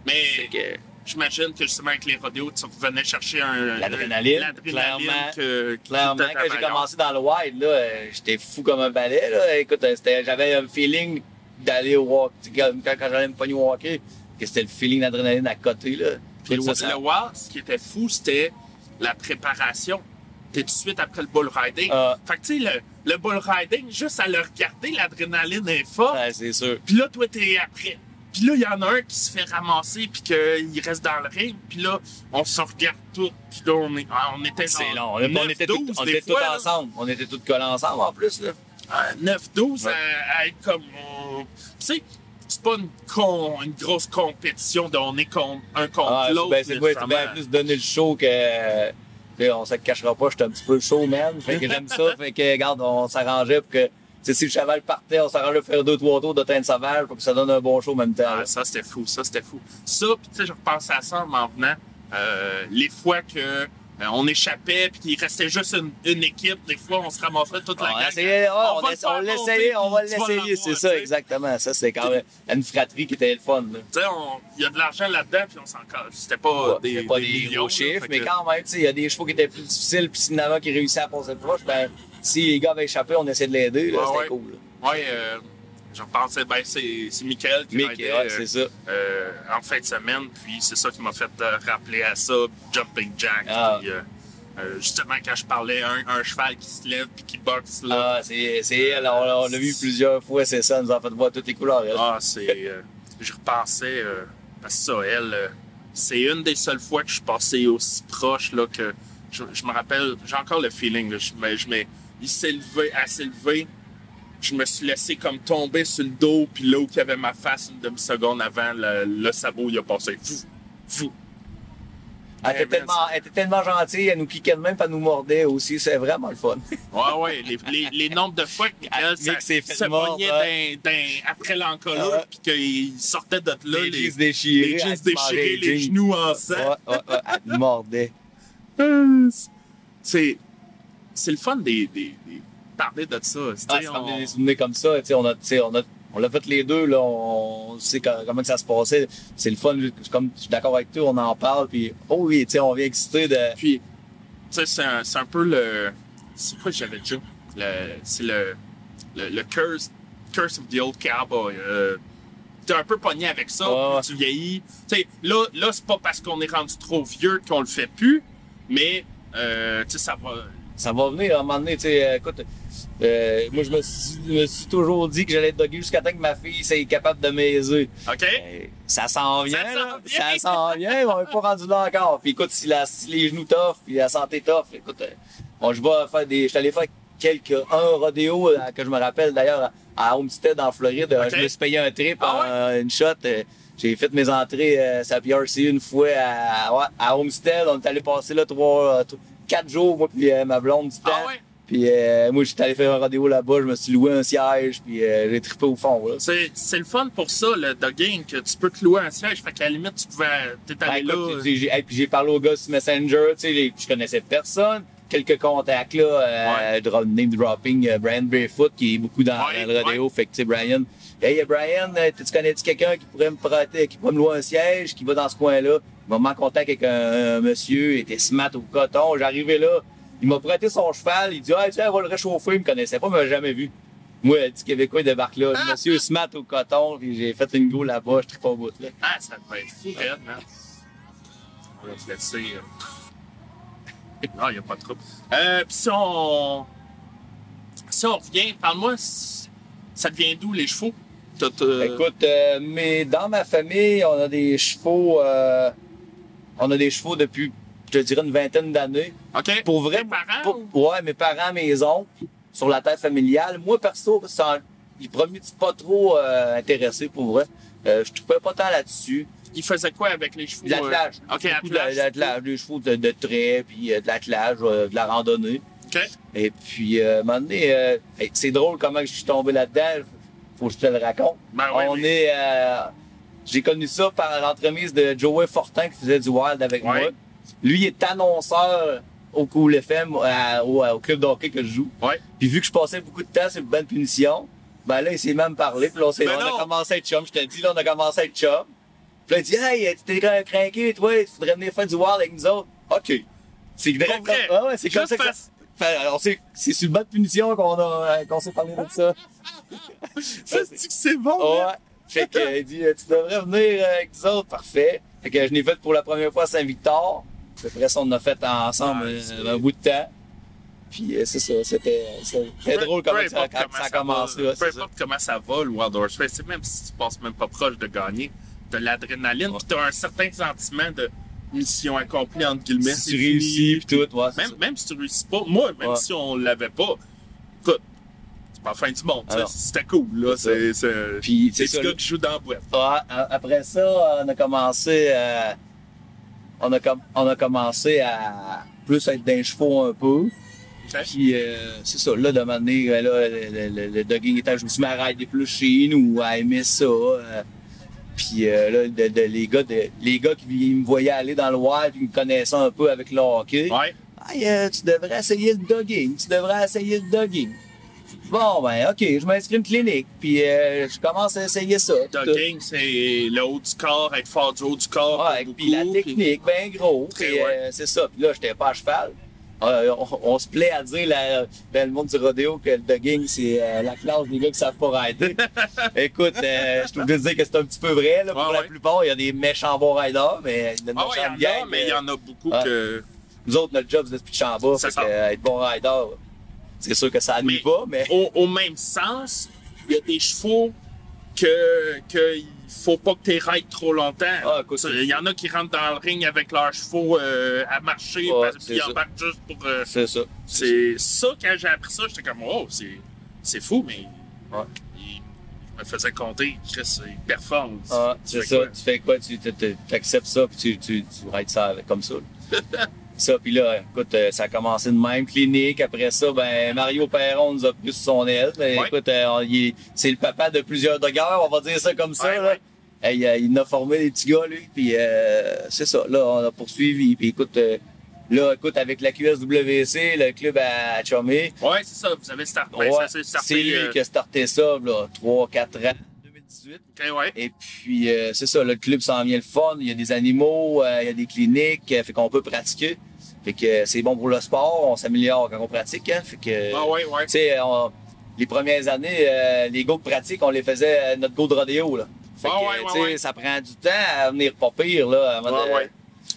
Speaker 2: Mais
Speaker 3: que-
Speaker 2: j'imagine que justement avec les rodéos, tu revenais chercher un,
Speaker 3: L'adrénaline,
Speaker 2: l'adrénaline
Speaker 3: clairement.
Speaker 2: que, que
Speaker 3: Clairement,
Speaker 2: t'as
Speaker 3: quand j'ai
Speaker 2: travaillé.
Speaker 3: commencé dans le wild, là, euh, j'étais fou comme un balai. Là. Écoute, euh, c'était- j'avais un feeling d'aller au walk. tu sais, Quand, quand quand j'allais me pogner au hockey, que c'était le feeling d'adrénaline à côté. Là.
Speaker 2: Puis le,
Speaker 3: Écoute, ça, ça-
Speaker 2: le Wild, ce qui était fou, c'était la préparation. T'es tout de suite après le bull riding.
Speaker 3: Ah.
Speaker 2: Fait que tu sais, le, le bull riding, juste à le regarder, l'adrénaline est forte.
Speaker 3: Ouais, c'est sûr.
Speaker 2: Puis là, toi, t'es après. Puis là, il y en a un qui se fait ramasser, puis qu'il reste dans le ring. Puis là, on se regarde tous. Puis là, on, est, ah, on était
Speaker 3: C'est long.
Speaker 2: genre
Speaker 3: On, on
Speaker 2: 9,
Speaker 3: était,
Speaker 2: 12
Speaker 3: tous- on
Speaker 2: des
Speaker 3: était tous
Speaker 2: fois, là.
Speaker 3: ensemble. On était tous collés ensemble en plus. Là.
Speaker 2: Ah, 9-12
Speaker 3: Ouais.
Speaker 2: à, à être comme. on- Tu sais, c'est pas une, con- une grosse compétition de on est con- un contre
Speaker 3: Ah, c'est-
Speaker 2: l'autre.
Speaker 3: ben, c'est quoi, c'est bien
Speaker 2: nécessairement.
Speaker 3: plus donner le show que. euh, tu sais, on se le cachera pas, j'étais un petit peu chaud, man. Fait que j'aime ça. Fait que, regarde, on s'arrangeait pour que. tu sais, si le chaval partait, on s'arrangeait pour faire deux, trois tours de train de sauvage pour que ça donne un bon show en même temps. là.
Speaker 2: Ah, ça, c'était fou. Ça, c'était fou. Ça, puis tu sais, je repensais à ça en m'en venant. euh, les fois que euh, on échappait, puis qu'il restait juste une, une équipe, des fois, on se ramassait toute la
Speaker 3: On
Speaker 2: gang.
Speaker 3: essayait, ouais, on,
Speaker 2: va le
Speaker 3: essa-
Speaker 2: faire
Speaker 3: on
Speaker 2: monter,
Speaker 3: l'essayait, on va
Speaker 2: puis tu vas
Speaker 3: l'essayer, c'est
Speaker 2: l'avoir,
Speaker 3: ça,
Speaker 2: tu sais.
Speaker 3: exactement. Ça, c'est quand même une fratrie qui était le fun. là.
Speaker 2: Tu sais, on- il y a de l'argent là-dedans, puis on s'en casse. C'était pas
Speaker 3: Ouais,
Speaker 2: Ah, des,
Speaker 3: c'était pas
Speaker 2: des
Speaker 3: des
Speaker 2: millions,
Speaker 3: gros
Speaker 2: là,
Speaker 3: chiffres,
Speaker 2: fait
Speaker 3: mais
Speaker 2: que-
Speaker 3: quand même, tu sais, il y a des chevaux qui étaient plus difficiles, puis s'il y en avait qui réussissaient à passer proche, ben, si les gars avaient échappé, on essayait de l'aider, là,
Speaker 2: Ouais,
Speaker 3: c'était
Speaker 2: Ah ouais.
Speaker 3: cool. là.
Speaker 2: Ouais, euh, je repensais, ben, c'est c'est Michael qui
Speaker 3: Mais
Speaker 2: m'aidait,
Speaker 3: ouais,
Speaker 2: euh,
Speaker 3: c'est ça.
Speaker 2: euh, en fin de semaine, puis c'est ça qui m'a fait euh, rappeler à ça, Jumping Jack.
Speaker 3: Ah.
Speaker 2: puis, euh, euh, justement, quand je parlais, un, un cheval qui se lève puis qui boxe, là.
Speaker 3: Ah, c'est c'est elle, on, on l'a vu plusieurs fois, c'est ça, elle nous a fait voir toutes les couleurs. elle.
Speaker 2: Ah, c'est. euh, je repensais, euh, parce que ça, elle, euh, c'est une des seules fois que je suis passé aussi proche, là, que je, je me rappelle, j'ai encore le feeling, là, je, mais, je, mais, il s'est levé, elle s'est levée, je me suis laissé comme tomber sur le dos, puis là où il y avait ma face une demi-seconde avant, le, le sabot, il a passé. Fou, fou.
Speaker 3: elle, était
Speaker 2: eh ben,
Speaker 3: tellement, elle était tellement gentille, elle nous piquait de même, puis elle nous mordait aussi, c'est vraiment le fun.
Speaker 2: Ouais, ouais, les, les, les nombres de fois que
Speaker 3: Ah,
Speaker 2: Michael
Speaker 3: Mick s'est fait
Speaker 2: se
Speaker 3: mordre,
Speaker 2: pognait
Speaker 3: ouais.
Speaker 2: d'un- d'un- après
Speaker 3: Ah ouais.
Speaker 2: l'encolure, puis qu'il sortait de là,
Speaker 3: les,
Speaker 2: les,
Speaker 3: jeans déchirés,
Speaker 2: les jeans
Speaker 3: elle se mangeait
Speaker 2: déchirés, les
Speaker 3: jeans.
Speaker 2: genoux en sang.
Speaker 3: Ouais, ouais, ouais, elle
Speaker 2: <laughs>
Speaker 3: nous mordait.
Speaker 2: c'est c'est le fun des, des, des- parler de ça. tu sais,
Speaker 3: Ah, ça
Speaker 2: on-
Speaker 3: ramenait des souvenirs comme ça. tu sais, On a, tu sais, on a, on l'a fait les deux, là. On sait co- comment que ça se passait. C'est le fun. je- Comme je suis d'accord avec toi, on en parle. Puis, oh oui, tu sais, on vient excité de.
Speaker 2: Puis, tu sais, c'est un, c'est un peu le. C'est quoi que j'avais déjà? Le- C'est le, le, le curse, curse of the Old Cowboy. Euh, T'es un peu pogné avec ça,
Speaker 3: Ouais.
Speaker 2: puis tu vieillis. Tu sais, là, là c'est pas parce qu'on est rendu trop vieux qu'on le fait plus, mais euh, tu sais, ça va.
Speaker 3: Ça va venir à un moment donné. tu sais, euh, écoute, euh, moi, je me suis, me suis toujours dit que j'allais dogger jusqu'à temps que ma fille soit capable de m'aiser.
Speaker 2: OK?
Speaker 3: Euh, Ça s'en vient,
Speaker 2: s'en
Speaker 3: là.
Speaker 2: vient.
Speaker 3: ça s'en vient, mais on n'est pas rendu là encore. Puis écoute, si, la, si les genoux tough, puis la santé tough, écoute, euh, bon, je vais faire des, je suis allé faire quelques, un rodéo euh, que je me rappelle d'ailleurs à Homestead en Floride. Euh,
Speaker 2: Ok.
Speaker 3: Je me suis payé un trip,
Speaker 2: Ah
Speaker 3: en- une shot. euh, J'ai fait mes entrées euh, sur la PRC une fois à, ouais, à Homestead. On est allé passer là trois, euh, trois- quatre jours, moi puis euh, ma blonde du temps.
Speaker 2: Ah ouais?
Speaker 3: Puis euh, moi, j'étais allé faire un rodéo là-bas, je me suis loué un siège, puis euh, j'ai trippé au fond. Là.
Speaker 2: C'est c'est le fun pour ça, le dogging, que tu peux te louer un siège. Fait qu'à la limite, tu pouvais. T'es
Speaker 3: Ben,
Speaker 2: allé
Speaker 3: écoute,
Speaker 2: là. euh,
Speaker 3: j'ai- j'ai- hey, puis j'ai parlé au gars sur Messenger, tu sais, les- je connaissais personne. Quelques contacts, là, euh, dro- name dropping, euh, Brian Barefoot, qui est beaucoup dans,
Speaker 2: Ouais,
Speaker 3: dans le rodéo. Fait que, tu sais, Brian, hey, euh, Brian, euh, tu connais-tu quelqu'un qui pourrait me prêter, qui pourrait me louer un siège, qui va dans ce coin-là? Il m'a mis en contact avec un, un monsieur, il était smart au coton. J'arrivais là, il m'a prêté son cheval, il dit, ah, tiens, on va le réchauffer, il me connaissait pas, il m'avait jamais vu. Moi, le petit Québécois, il débarque là,
Speaker 2: Ah,
Speaker 3: le monsieur smart au coton, puis j'ai fait une go là-bas, je suis pas au bout, là.
Speaker 2: Ah, ça devait être fou, raide, man. On va te laisser. euh. <laughs> Ah, il a pas de trouble. Euh, Puis si on. Si on revient, parle-moi, c- ça devient d'où les chevaux? T'as- t'as-
Speaker 3: Écoute, euh, mais dans ma famille, on a des chevaux. euh, on a des chevaux depuis, je te dirais, une vingtaine d'années.
Speaker 2: OK.
Speaker 3: Pour vrai,
Speaker 2: Tes parents?
Speaker 3: pour-
Speaker 2: ou-
Speaker 3: ouais, mes parents, mes oncles, sur la terre familiale. Moi, perso, ça, les premiers, je suis pas trop euh, intéressé pour vrai. Euh, je trouvais pas tant là-dessus.
Speaker 2: Ils faisaient quoi avec les chevaux?
Speaker 3: De l'attelage.
Speaker 2: euh? OK,
Speaker 3: Beaucoup de la-
Speaker 2: attelage.
Speaker 3: de l'attelage, des chevaux de, de trait, puis euh, de l'attelage, euh, de la randonnée.
Speaker 2: OK.
Speaker 3: Et puis, euh, à un moment donné, euh, hey, c'est drôle comment je suis tombé là-dedans. Faut que je te le raconte.
Speaker 2: Ben oui,
Speaker 3: On
Speaker 2: oui.
Speaker 3: est. euh, J'ai connu ça par l'entremise de Joey Fortin qui faisait du wild avec
Speaker 2: Ouais.
Speaker 3: moi. Lui, il est annonceur au Cool FM, à- au, euh, au club d'hockey que je joue.
Speaker 2: Ouais.
Speaker 3: Puis vu que je passais beaucoup de temps sur le banc de punition, ben là, il s'est même parlé. Puis là, on, s'est-
Speaker 2: Ben
Speaker 3: on
Speaker 2: non.
Speaker 3: a commencé à être chum. Je te dis, là, on a commencé à être chum. Puis là, il dit, hey, tu t'es cra- craqué, toi, tu voudrais venir faire du wild avec nous autres. OK. C'est direct
Speaker 2: Pour vrai?
Speaker 3: comme- Ah ouais, c'est comme
Speaker 2: Juste
Speaker 3: ça que ça-
Speaker 2: parce-
Speaker 3: Fait, alors, c'est, c'est sur le banc de punition qu'on, a, euh, qu'on s'est parlé de ça.
Speaker 2: Ça, c'est-tu que c'est bon,
Speaker 3: Ouais.
Speaker 2: man?
Speaker 3: Fait que, euh, il dit, euh, tu devrais venir euh, avec nous autres. Parfait. Fait que euh, je l'ai fait pour la première fois à Saint-Victor. Puis Après ça, on a fait ensemble
Speaker 2: Ah,
Speaker 3: euh,
Speaker 2: c'est-
Speaker 3: un bout de temps. Puis, euh, c'est ça, c'était, c'était, c'était
Speaker 2: Peu-
Speaker 3: drôle
Speaker 2: peu
Speaker 3: comment ça,
Speaker 2: importe
Speaker 3: quand ça a
Speaker 2: va,
Speaker 3: commencé. ouais,
Speaker 2: peu
Speaker 3: c'est ça.
Speaker 2: importe comment ça va, le Wild Horse Race, même si tu passes même pas proche de gagner, t'as l'adrénaline, pis t'as un certain sentiment de mission accomplie, entre guillemets.
Speaker 3: Si
Speaker 2: c'est
Speaker 3: tu
Speaker 2: fini.
Speaker 3: réussis, puis tout, ouais, c'est
Speaker 2: Même,
Speaker 3: ça.
Speaker 2: même si tu réussis pas, moi, même
Speaker 3: Ouais.
Speaker 2: si on l'avait pas, écoute, c'est pas la fin du monde. tu sais,
Speaker 3: Alors.
Speaker 2: C'était cool, là. C'est
Speaker 3: C'est
Speaker 2: c'est-
Speaker 3: Puis,
Speaker 2: c'est
Speaker 3: c'est
Speaker 2: ce
Speaker 3: ça,
Speaker 2: gars qui joue dans la boîte.
Speaker 3: Ah, a- après ça, on a commencé, euh, on, a com- on a commencé à plus être d'un chevaux un peu.
Speaker 2: Ok.
Speaker 3: Puis euh, c'est ça, là, de moment donné, euh, là, le, le, le- le dogging était, je me suis mis à rider plus chez nous, à aimer ça. euh. puis euh, là, de- de- les, gars de- les gars qui ils me voyaient aller dans le wild, ils me connaissaient un peu avec le hockey.
Speaker 2: Ouais.
Speaker 3: Hey, euh, tu devrais essayer le dogging, tu devrais essayer le dogging. Bon, ben, OK, je m'inscris une clinique, puis euh, je commence à essayer ça.
Speaker 2: Dogging, c'est le haut du corps, être fort du haut du corps.
Speaker 3: Ouais,
Speaker 2: pour
Speaker 3: Ah, puis la
Speaker 2: beaucoup,
Speaker 3: technique, ben gros.
Speaker 2: Très,
Speaker 3: puis, euh,
Speaker 2: ouais.
Speaker 3: c'est ça. Puis là, j'étais pas à cheval. Euh, on, on se plaît à dire la- dans le monde du rodéo que le dogging, c'est euh, la classe des gars qui savent pas
Speaker 2: <laughs>
Speaker 3: rider. Écoute, euh, je suis obligé de dire que c'est un petit peu vrai. Là, pour
Speaker 2: Ouais,
Speaker 3: la
Speaker 2: ouais.
Speaker 3: plupart, il y a des méchants bons riders, mais il y a une
Speaker 2: Ah ouais,
Speaker 3: méchante
Speaker 2: il y en a,
Speaker 3: gang,
Speaker 2: mais il y
Speaker 3: euh,
Speaker 2: en a beaucoup
Speaker 3: ouais.
Speaker 2: que.
Speaker 3: Nous autres, notre job, c'est de se pitcher en bas.
Speaker 2: C'est
Speaker 3: Fait
Speaker 2: ça.
Speaker 3: que, euh, être bon rider, c'est sûr que ça nuit
Speaker 2: Mais-
Speaker 3: pas, mais...
Speaker 2: au, au même sens, il y a des chevaux que, que il faut pas que tu rides trop longtemps.
Speaker 3: Ah, écoute,
Speaker 2: il y en a qui rentrent dans le ring avec leurs chevaux euh, à marcher
Speaker 3: Ouais,
Speaker 2: parce
Speaker 3: c'est
Speaker 2: qu'ils
Speaker 3: ça.
Speaker 2: embarquent juste pour. euh,
Speaker 3: C'est ça.
Speaker 2: c'est ça, quand j'ai appris ça, j'étais comme, oh, c'est, c'est fou, mais
Speaker 3: Ouais.
Speaker 2: il- je me faisais compter, Chris, il performe.
Speaker 3: Ah,
Speaker 2: Tu
Speaker 3: c'est
Speaker 2: fais
Speaker 3: ça.
Speaker 2: quoi?
Speaker 3: Tu fais quoi? Tu te- te- t'acceptes ça, puis tu, tu, tu rides ça
Speaker 2: <laughs>
Speaker 3: avec- comme ça. là. ça, puis là, écoute, euh, ça a commencé de même clinique. Après ça, ben Mario Perron nous a pris sous son aile. Ben,
Speaker 2: Ouais.
Speaker 3: Écoute, euh, on- il est- c'est le papa de plusieurs doggers, on va dire ça comme ça.
Speaker 2: Ouais,
Speaker 3: là.
Speaker 2: ouais.
Speaker 3: Hey, euh, il en a formé des petits gars, lui. Puis euh, c'est ça. Là, on a poursuivi. Puis écoute, euh, là, écoute, avec la QSWC, le club à Chomé,
Speaker 2: Ouais, c'est ça, vous avez start, ben,
Speaker 3: ouais,
Speaker 2: ça s'est starté.
Speaker 3: c'est lui
Speaker 2: euh,
Speaker 3: qui a starté ça, là, 3-4 ans, 2018.
Speaker 2: ok, ouais.
Speaker 3: Et puis, euh, c'est ça, là, le club s'en vient le fun. Il y a des animaux, euh, il y a des cliniques, euh, fait qu'on peut pratiquer. Fait que euh, c'est bon pour le sport, on s'améliore quand on pratique. Hein, fait que,
Speaker 2: Ah, ouais, ouais.
Speaker 3: tu sais, on- les premières années, euh, les go de pratique, on les faisait euh, notre go de rodéo. Là. Fait
Speaker 2: Ah
Speaker 3: que,
Speaker 2: ouais, ouais,
Speaker 3: tu sais,
Speaker 2: ouais. Ah
Speaker 3: ça prend du temps à venir pas pire. Là, avant
Speaker 2: Ouais,
Speaker 3: de-
Speaker 2: ouais.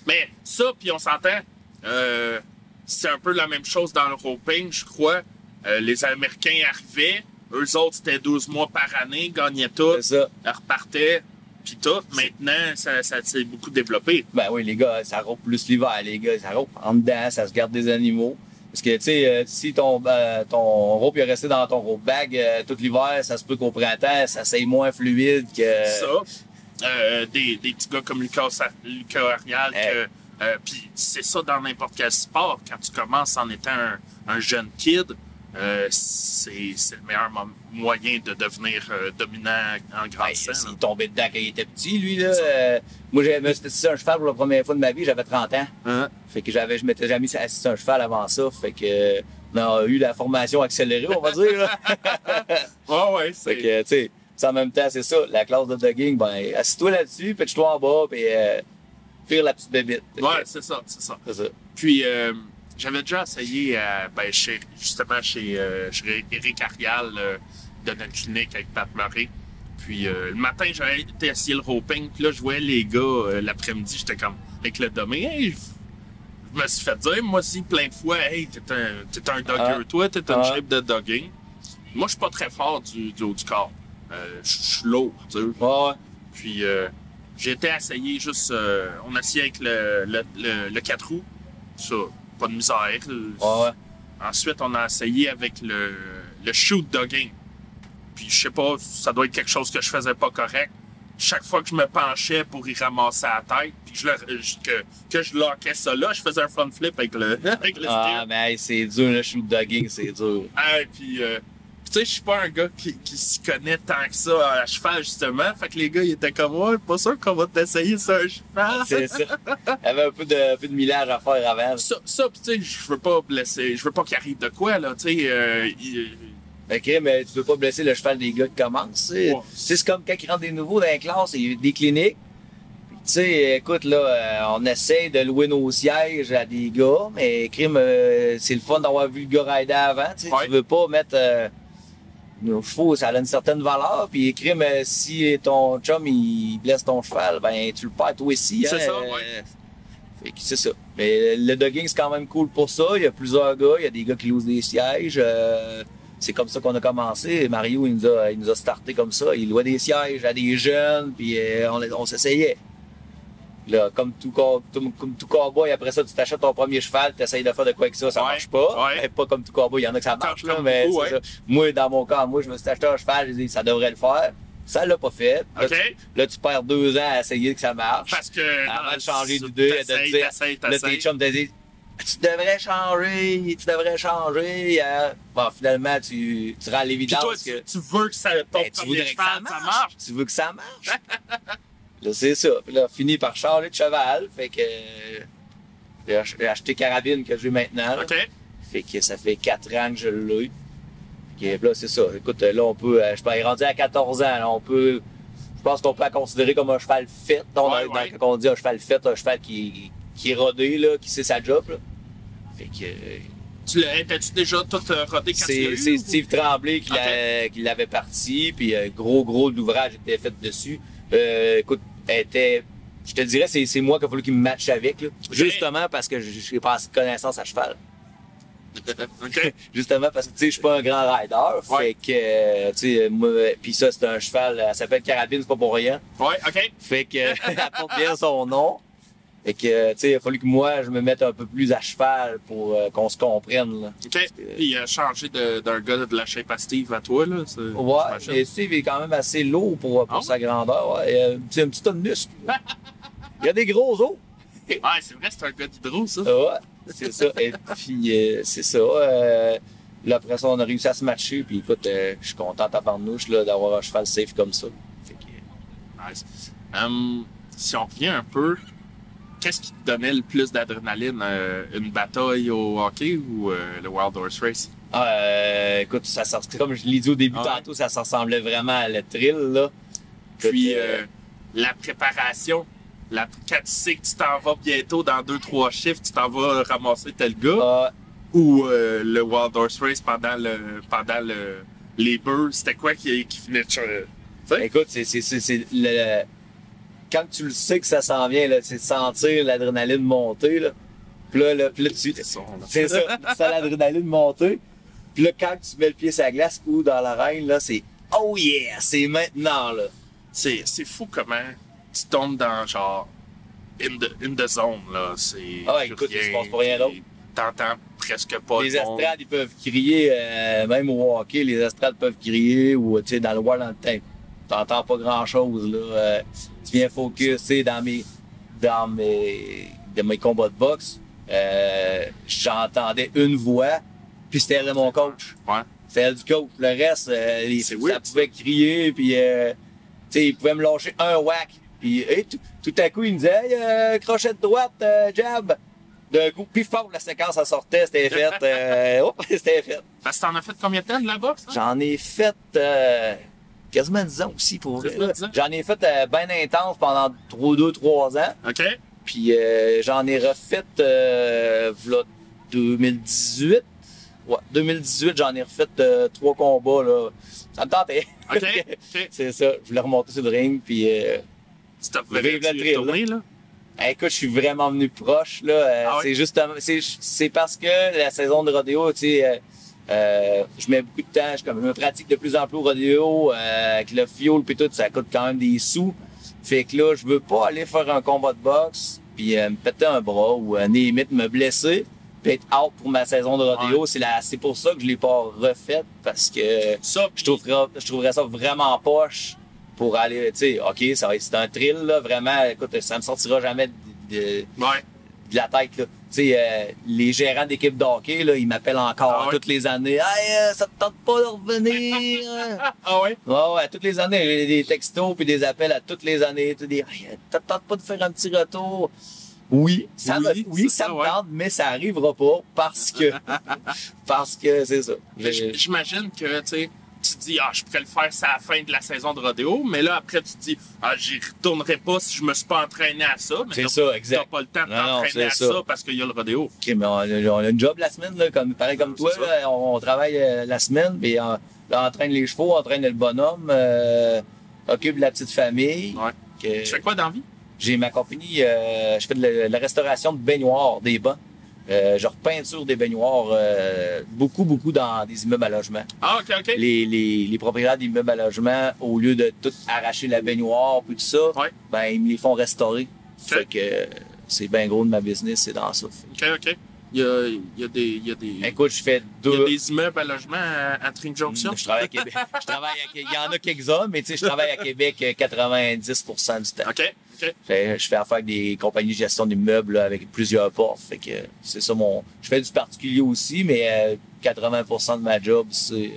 Speaker 2: Mais ça, puis on s'entend, euh, c'est un peu la même chose dans le roping, je crois. Euh, les Américains arrivaient, eux autres, c'était 12 mois par année, gagnaient tout,
Speaker 3: C'est ça.
Speaker 2: repartaient, puis tout. Maintenant, ça, ça s'est beaucoup développé.
Speaker 3: Ben oui, les gars, ça roule plus l'hiver, les gars, ça roule en dedans, ça se garde des animaux. Parce que, tu sais, euh, si ton, euh, ton rope est resté dans ton rope bag euh, tout l'hiver, ça se peut qu'au printemps, ça c'est moins fluide que.
Speaker 2: Ça, euh, des, des petits gars comme Lucas, Sa- Lucas Arial,
Speaker 3: Eh.
Speaker 2: que Euh, Puis c'est ça dans n'importe quel sport. Quand tu commences en étant un, un jeune kid, euh, c'est c'est le meilleur mo- moyen de devenir euh, dominant en
Speaker 3: Ben,
Speaker 2: grandissant. là.
Speaker 3: il tombait dedans quand il était petit, lui. Là. Euh, moi, je me suis assis sur un cheval pour la première fois de ma vie, j'avais 30 ans.
Speaker 2: Hein?
Speaker 3: Fait que j'avais, je m'étais jamais assis sur un cheval avant ça. Fait que euh, on a eu la formation accélérée, on va dire. là.
Speaker 2: Ouais, ouais, c'est
Speaker 3: fait que, tu sais, pis en même temps, c'est ça, la classe de dogging, ben, assis-toi là-dessus, pitch-toi en bas, puis euh, fire la petite bébite. Fait que,
Speaker 2: ouais, c'est ça, c'est ça.
Speaker 3: c'est ça.
Speaker 2: Puis euh, j'avais déjà essayé à- ben, chez, justement chez, euh, chez Eric Arial euh, de notre clinique avec Pat Murray. Puis euh, le matin, j'avais été essayer le roping. Puis là, je voyais les gars euh, l'après-midi. J'étais comme avec le demain. Hey, je- je me suis fait dire, moi aussi, plein de fois, hey, t'es un, t'es un dogger,
Speaker 3: Ah.
Speaker 2: toi, t'es une
Speaker 3: Ah.
Speaker 2: shape de dogging. Moi, je suis pas très fort du, du haut du corps. Euh, je je suis lourd, tu sais.
Speaker 3: Ouais,
Speaker 2: Puis euh, j'ai été essayer juste. euh, on a essayé avec le, le, le, 4 roues. Ça, pas de misère.
Speaker 3: ouais, ouais.
Speaker 2: Ensuite, on a essayé avec le, le shoot dogging. Puis je sais pas, ça doit être quelque chose que je faisais pas correct. Chaque fois que je me penchais pour y ramasser la tête, puis que je, le- je- que, que je lockais ça là, je faisais un front flip avec le, <laughs> avec le
Speaker 3: Ah,
Speaker 2: steer.
Speaker 3: mais hey, c'est dur, le shoot dogging, c'est dur.
Speaker 2: Ah, et puis, euh, puis tu sais, je suis pas un gars qui, qui s'y connaît tant que ça à cheval, justement. Fait que les gars, ils étaient comme, ouais, pas sûr qu'on va t'essayer sur un cheval.
Speaker 3: C'est ça. Il y avait un peu de, un peu de millage à faire avant.
Speaker 2: Ça, ça puis tu sais, je veux pas blesser, je veux pas qu'il arrive de quoi, là, tu sais. euh, il-
Speaker 3: OK, mais tu peux pas blesser le cheval des gars qui commencent. tu sais.
Speaker 2: Ouais.
Speaker 3: Tu sais, C'est comme quand ils rentrent des nouveaux dans les classes et des cliniques. Puis, Tu sais, écoute, là, euh, on essaie de louer nos sièges à des gars, mais crime, euh, c'est le fun d'avoir vu le gars rider avant. Tu sais,
Speaker 2: Ouais.
Speaker 3: tu veux pas mettre euh, nos chevaux, ça a une certaine valeur. Puis crime, euh, si ton chum, il blesse ton cheval, ben tu le perds toi aussi.
Speaker 2: C'est
Speaker 3: hein,
Speaker 2: ça,
Speaker 3: euh,
Speaker 2: ouais.
Speaker 3: fait que c'est ça. Mais le dogging, c'est quand même cool pour ça. Il y a plusieurs gars. Il y a des gars qui losent des sièges. Euh, c'est comme ça qu'on a commencé. Mario, il nous a, il nous a starté comme ça. Il louait des sièges à des jeunes, puis euh, on, les- on s'essayait. Là, comme tout, cow- tout- comme tout cowboy, après ça, tu t'achètes ton premier cheval, tu essayes de faire de quoi avec ça, ça
Speaker 2: Ouais,
Speaker 3: marche pas.
Speaker 2: ouais.
Speaker 3: Eh, Pas comme tout cowboy, il y en a que ça
Speaker 2: Ça
Speaker 3: marche,
Speaker 2: marche
Speaker 3: là, mais
Speaker 2: beaucoup,
Speaker 3: c'est
Speaker 2: ouais.
Speaker 3: ça. Moi, dans mon cas, moi, je me suis acheté un cheval, j'ai dit, ça devrait le faire. Ça l'a pas fait. Là,
Speaker 2: OK.
Speaker 3: tu, là, tu perds deux ans à essayer que ça marche.
Speaker 2: Parce que.
Speaker 3: Avant
Speaker 2: non,
Speaker 3: de changer
Speaker 2: ça,
Speaker 3: d'idée, de
Speaker 2: t'essayes,
Speaker 3: dire,
Speaker 2: t'essayes,
Speaker 3: là, tes
Speaker 2: t'essayes.
Speaker 3: chums te disent, tu devrais changer, tu devrais changer. hein. Bon, finalement, tu, tu rends
Speaker 2: Puis toi,
Speaker 3: l'évidence
Speaker 2: tu,
Speaker 3: que
Speaker 2: tu veux que ça, ton
Speaker 3: ben, tu
Speaker 2: premier
Speaker 3: voudrais que ça
Speaker 2: cheval,
Speaker 3: marche.
Speaker 2: ça marche.
Speaker 3: Tu veux que ça marche. <laughs> là, c'est ça. Puis là, fini par changer de cheval. Fait que euh, j'ai ach- j'ai acheté carabine que j'ai maintenant. là.
Speaker 2: OK.
Speaker 3: Fait que ça fait 4 ans que je l'ai. Fait que là, c'est ça. Écoute, là, on peut. euh, Je suis rendu à 14 ans. là, on peut. Je pense qu'on peut la considérer comme un cheval fait. On a-
Speaker 2: Ouais, ouais.
Speaker 3: dans- Quand on dit un cheval fait, un cheval qui, qui est rodé, là, qui sait sa job. Là. Fait que. euh,
Speaker 2: Tu l'as, étais-tu déjà tout euh, rodé quand tu l'as
Speaker 3: C'est
Speaker 2: eu?
Speaker 3: c'est
Speaker 2: ou-
Speaker 3: Steve Tremblay qui l'a- qui l'avait parti, puis un gros, gros d'ouvrage était fait dessus. Euh, écoute, elle était. Je te dirais, c'est c'est moi qu'il a fallu qu'il me matche avec, là. justement parce que j- j'ai pas assez de connaissances à cheval.
Speaker 2: OK.
Speaker 3: <laughs> Justement parce que tu sais, je suis pas un grand rider.
Speaker 2: Ouais.
Speaker 3: Fait que euh, tu sais, moi, puis ça, c'est un cheval, elle s'appelle Carabine, c'est pas pour rien.
Speaker 2: Ouais, OK. <laughs>
Speaker 3: Fait que <laughs> elle porte bien son nom. Fait que euh, tu sais, il a fallu que moi je me mette un peu plus à cheval pour euh, qu'on se comprenne. Là.
Speaker 2: OK. Puis euh, changer de- d'un gars de la shape à Steve à toi, là. c'est-
Speaker 3: Ouais,
Speaker 2: j'imagine.
Speaker 3: mais Steve est quand même assez lourd pour, pour
Speaker 2: Ah ouais?
Speaker 3: sa grandeur. Ouais. Et, euh, C'est un petit tas de muscles. Il y a des gros os. Ah
Speaker 2: Ouais, c'est vrai, c'est un gars d'hydro, ça.
Speaker 3: Ouais, c'est ça. Et puis, euh, c'est ça. Euh, là, après ça, on a réussi à se matcher. Puis, écoute, euh, je suis content à Barnouche là, d'avoir un cheval safe comme ça.
Speaker 2: Fait que, nice. Hum, si on revient un peu, qu'est-ce qui te donnait le plus d'adrénaline? euh, une bataille au hockey ou euh, le Wild Horse Race?
Speaker 3: Ah, euh, écoute, ça se ressemble- comme je l'ai dit au début
Speaker 2: Ouais.
Speaker 3: tantôt, ça se ressemblait vraiment à le thrill. Là. Écoute,
Speaker 2: Puis
Speaker 3: euh,
Speaker 2: euh, la préparation, la, quand tu sais que tu t'en vas bientôt dans deux, trois chiffres, tu t'en vas ramasser tel gars,
Speaker 3: ah,
Speaker 2: ou euh, le Wild Horse Race pendant, le, pendant le, les beurs, c'était quoi qui, qui venait de changer?
Speaker 3: Ben, Écoute, c'est, c'est, c'est, c'est le... quand tu le sais que ça s'en vient, là, c'est de sentir l'adrénaline monter. Là. Puis là, là, puis là, tu... c'est ça, ça l'adrénaline monter. Puis là, quand tu mets le pied sur la glace ou dans l'arène, là, c'est oh yeah, c'est maintenant. là.
Speaker 2: C'est, c'est fou comment tu tombes dans genre in the, in the zone là. C'est
Speaker 3: Ah ouais, écoute, il se passe pas rien d'autre.
Speaker 2: puis T'entends presque pas.
Speaker 3: les
Speaker 2: le monde.
Speaker 3: estrades, ils peuvent crier, euh, même au hockey, les estrades peuvent crier ou tu sais, dans le wall en temps. T'entends pas grand chose. Là, euh, tu viens focus, tu sais, dans mes. Dans mes. de mes combats de boxe, euh, j'entendais une voix, puis c'était elle de mon coach.
Speaker 2: Ouais.
Speaker 3: C'était elle du coach. Le reste, euh, les
Speaker 2: C'est
Speaker 3: ça
Speaker 2: weird, ça.
Speaker 3: pouvait crier, puis euh, tu sais, ils pouvaient me lâcher un whack. Puis hey, tout, tout à coup, ils me disaient hey, euh, crochet de droite, euh, jab. D'un coup, puis fort, la séquence, elle sortait, c'était fait.
Speaker 2: <laughs>
Speaker 3: euh, hop, <laughs> c'était fait.
Speaker 2: Parce que t'en as fait combien de temps de la boxe? hein?
Speaker 3: J'en ai fait euh, quasiment 10 ans aussi pour vrai.
Speaker 2: Quasiment
Speaker 3: là.
Speaker 2: 10 ans.
Speaker 3: J'en ai fait euh, bien intense pendant 2-3 ans.
Speaker 2: OK.
Speaker 3: Puis euh, j'en ai refait euh, v'là 2018. Ouais, 2018, j'en ai refait euh, trois combats. Là. Ça me tentait. <laughs>
Speaker 2: OK. OK.
Speaker 3: C'est ça. Je voulais remonter sur le ring. Puis euh,
Speaker 2: Tu t'as
Speaker 3: Vive la
Speaker 2: tu tourné, là?
Speaker 3: hey, Eh, écoute, je suis vraiment venu proche. Là. Euh,
Speaker 2: Ah ouais?
Speaker 3: C'est justement. C'est, c'est parce que la saison de rodéo, tu sais. euh, euh, je mets beaucoup de temps, je, comme, je me pratique de plus en plus au rodéo, euh, avec le fuel puis tout, ça coûte quand même des sous. Fait que là, je veux pas aller faire un combat de boxe puis euh, me péter un bras ou euh, limite me blesser puis être out pour ma saison de rodéo. C'est la, c'est pour ça que je l'ai pas refaite parce que
Speaker 2: Ça,
Speaker 3: je trouverais, je trouverais ça vraiment poche pour aller, tu sais, ok, ça va être- c'est un thrill, là, vraiment, écoute, ça me sortira jamais de, de-
Speaker 2: ouais. <laughs>
Speaker 3: de la tête, là. Tu sais, euh, les gérants d'équipe de hockey, là, ils m'appellent encore
Speaker 2: Ah ouais?
Speaker 3: toutes les années. Hey, euh, ça te tente pas de revenir?
Speaker 2: Ah, ah ouais?
Speaker 3: Ouais, ouais, à toutes les années, j'ai des textos puis des appels à toutes les années. Tu dis, Hey, euh, ça te tente pas de faire un petit retour? Oui, ça
Speaker 2: Oui,
Speaker 3: me, oui,
Speaker 2: c'est
Speaker 3: ça
Speaker 2: ça,
Speaker 3: me
Speaker 2: ouais.
Speaker 3: tente, mais ça arrivera pas parce que, <laughs> parce que c'est ça.
Speaker 2: Mais j- J'imagine que, tu sais, tu te dis, ah, je pourrais le faire, c'est à la fin de la saison de rodéo, mais là, après, tu te dis, ah, j'y retournerai pas si je me suis pas entraîné à ça. Mais
Speaker 3: C'est
Speaker 2: là,
Speaker 3: ça, exact.
Speaker 2: T'as pas le temps de
Speaker 3: Non, non,
Speaker 2: t'entraîner
Speaker 3: c'est
Speaker 2: à ça.
Speaker 3: ça.
Speaker 2: parce qu'il y a le rodéo.
Speaker 3: Ok, mais on, a- on a une job la semaine, là, comme, pareil comme
Speaker 2: Ah,
Speaker 3: toi.
Speaker 2: c'est ça.
Speaker 3: là, on, on travaille euh, la semaine, puis on, là, on entraîne les chevaux, on entraîne le bonhomme, euh, occupe la petite famille.
Speaker 2: Ouais.
Speaker 3: Que-
Speaker 2: Tu fais quoi dans la vie?
Speaker 3: J'ai ma compagnie, euh, je fais de la, la restauration de baignoires, des bancs. Euh, je repeinture des baignoires, euh, beaucoup, beaucoup dans des immeubles à logement.
Speaker 2: Ah, OK, OK.
Speaker 3: Les, les, les propriétaires d'immeubles à logement, au lieu de tout arracher la baignoire puis tout ça,
Speaker 2: Ouais.
Speaker 3: ben ils me les font restaurer. Fait que euh, c'est bien gros de ma business, c'est dans ça. Fait que-
Speaker 2: OK, OK. Il y a, il y a des, il y a des,
Speaker 3: Écoute, je fais
Speaker 2: il y a
Speaker 3: deux.
Speaker 2: des immeubles à logement à, à Tring Junction.
Speaker 3: Je travaille à Québec. Je travaille à Québec. Il y en a quelques-uns, mais tu sais, je travaille à Québec euh, 90 du temps.
Speaker 2: <laughs> OK, OK.
Speaker 3: Fait- euh, Je fais affaire avec des compagnies de gestion d'immeubles là, avec plusieurs ports. Fait que euh, c'est ça mon. Je fais du particulier aussi, mais euh, 80% de ma job, c'est euh,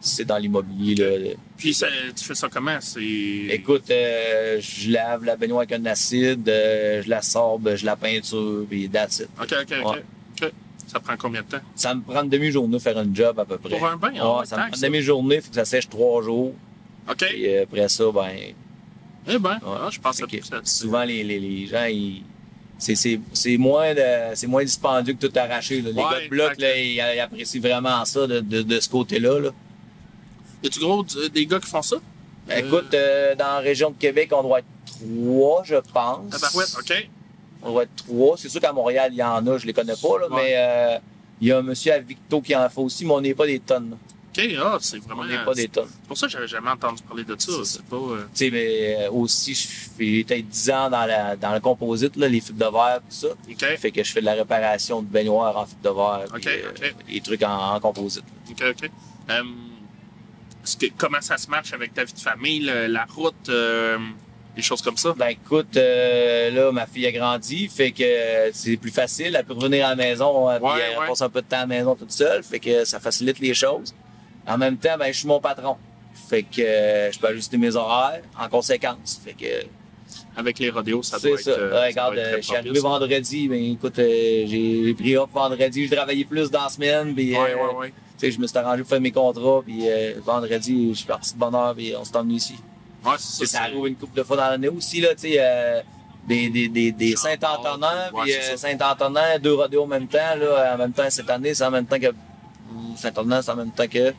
Speaker 3: c'est dans l'immobilier. là.
Speaker 2: Puis ça- tu fais ça comment? C'est.
Speaker 3: Écoute, euh, je lave la baignoire avec un acide, euh, je la sorbe, je la peinture, puis that's it.
Speaker 2: OK, OK, OK.
Speaker 3: Ouais.
Speaker 2: OK. Ça prend combien de temps?
Speaker 3: Ça me prend une demi-journée faire un job à peu près.
Speaker 2: Pour un bain,
Speaker 3: Ouais,
Speaker 2: ah ouais,
Speaker 3: ça me
Speaker 2: taxe,
Speaker 3: prend une
Speaker 2: ça.
Speaker 3: demi-journée, faut que ça sèche trois jours.
Speaker 2: OK.
Speaker 3: Puis euh, après ça, ben,
Speaker 2: Eh ben,
Speaker 3: Ouais.
Speaker 2: ah, je pense
Speaker 3: Fait
Speaker 2: que
Speaker 3: que
Speaker 2: ça.
Speaker 3: souvent les, les, les gens ils c'est- c'est c'est moins de- c'est moins dispendieux que tout arraché là. les
Speaker 2: Ouais,
Speaker 3: gars de bloc
Speaker 2: exact.
Speaker 3: là, ils, ils apprécient vraiment ça de, de, de ce côté là, là.
Speaker 2: Y a-tu gros du- des gars qui font ça? Euh.
Speaker 3: écoute euh, dans la région de Québec on doit être trois je pense
Speaker 2: Tabarouette, Ah, OK.
Speaker 3: on doit être trois c'est sûr qu'à Montréal il y en a je les connais pas là,
Speaker 2: Ouais.
Speaker 3: mais euh, il y a un monsieur à Victo qui en fait aussi mais on n'est pas des tonnes là.
Speaker 2: OK, ah, c'est vraiment.
Speaker 3: on n'est pas des tonnes
Speaker 2: C'est pour ça que j'avais jamais entendu parler de ça.
Speaker 3: C'est ça.
Speaker 2: C'est pas. euh,
Speaker 3: tu sais mais euh, aussi je fais peut-être 10 ans dans la dans le composite là, les fibres de verre tout ça
Speaker 2: OK.
Speaker 3: Fait que je fais de la réparation de baignoire en fibre de verre.
Speaker 2: Ok,
Speaker 3: puis, euh,
Speaker 2: ok.
Speaker 3: Des trucs en, en composite.
Speaker 2: OK, OK. Euh, est-ce que- comment ça se matche avec ta vie de famille, le- la route, euh, des choses comme ça?
Speaker 3: Ben écoute, euh, là, ma fille a grandi, fait que euh, c'est plus facile. Elle peut revenir à la maison, euh, puis
Speaker 2: Ouais,
Speaker 3: elle
Speaker 2: ouais.
Speaker 3: passe un peu de temps à la maison toute seule, fait que ça facilite les choses. En même temps, ben, je suis mon patron. Fait que euh, je peux ajuster mes horaires en conséquence. Fait que
Speaker 2: Avec les rodéos, ça
Speaker 3: c'est
Speaker 2: doit
Speaker 3: ça.
Speaker 2: être. euh,
Speaker 3: Là,
Speaker 2: ça
Speaker 3: regarde,
Speaker 2: doit être
Speaker 3: euh,
Speaker 2: très
Speaker 3: je suis arrivé
Speaker 2: propice.
Speaker 3: vendredi, ben écoute, euh, j'ai pris off vendredi, je travaillais plus dans la semaine, puis
Speaker 2: Ouais,
Speaker 3: euh,
Speaker 2: ouais, ouais.
Speaker 3: Tu sais, je me suis arrangé pour faire mes contrats, puis euh, vendredi, je suis parti de bonne heure, puis on s'est emmené ici.
Speaker 2: Ouais,
Speaker 3: Tu sais,
Speaker 2: c'est ça.
Speaker 3: Ça
Speaker 2: c'est-
Speaker 3: arrive une couple de fois dans l'année aussi, là, tu sais, euh, des, des, des, des
Speaker 2: Genre,
Speaker 3: Saint-Antonin,
Speaker 2: ouais,
Speaker 3: puis
Speaker 2: c'est
Speaker 3: euh,
Speaker 2: ça.
Speaker 3: Saint-Antonin, deux rodéos en même temps, là, en même temps cette année, c'est en même temps que ou Saint-Antonin, c'est en même temps que...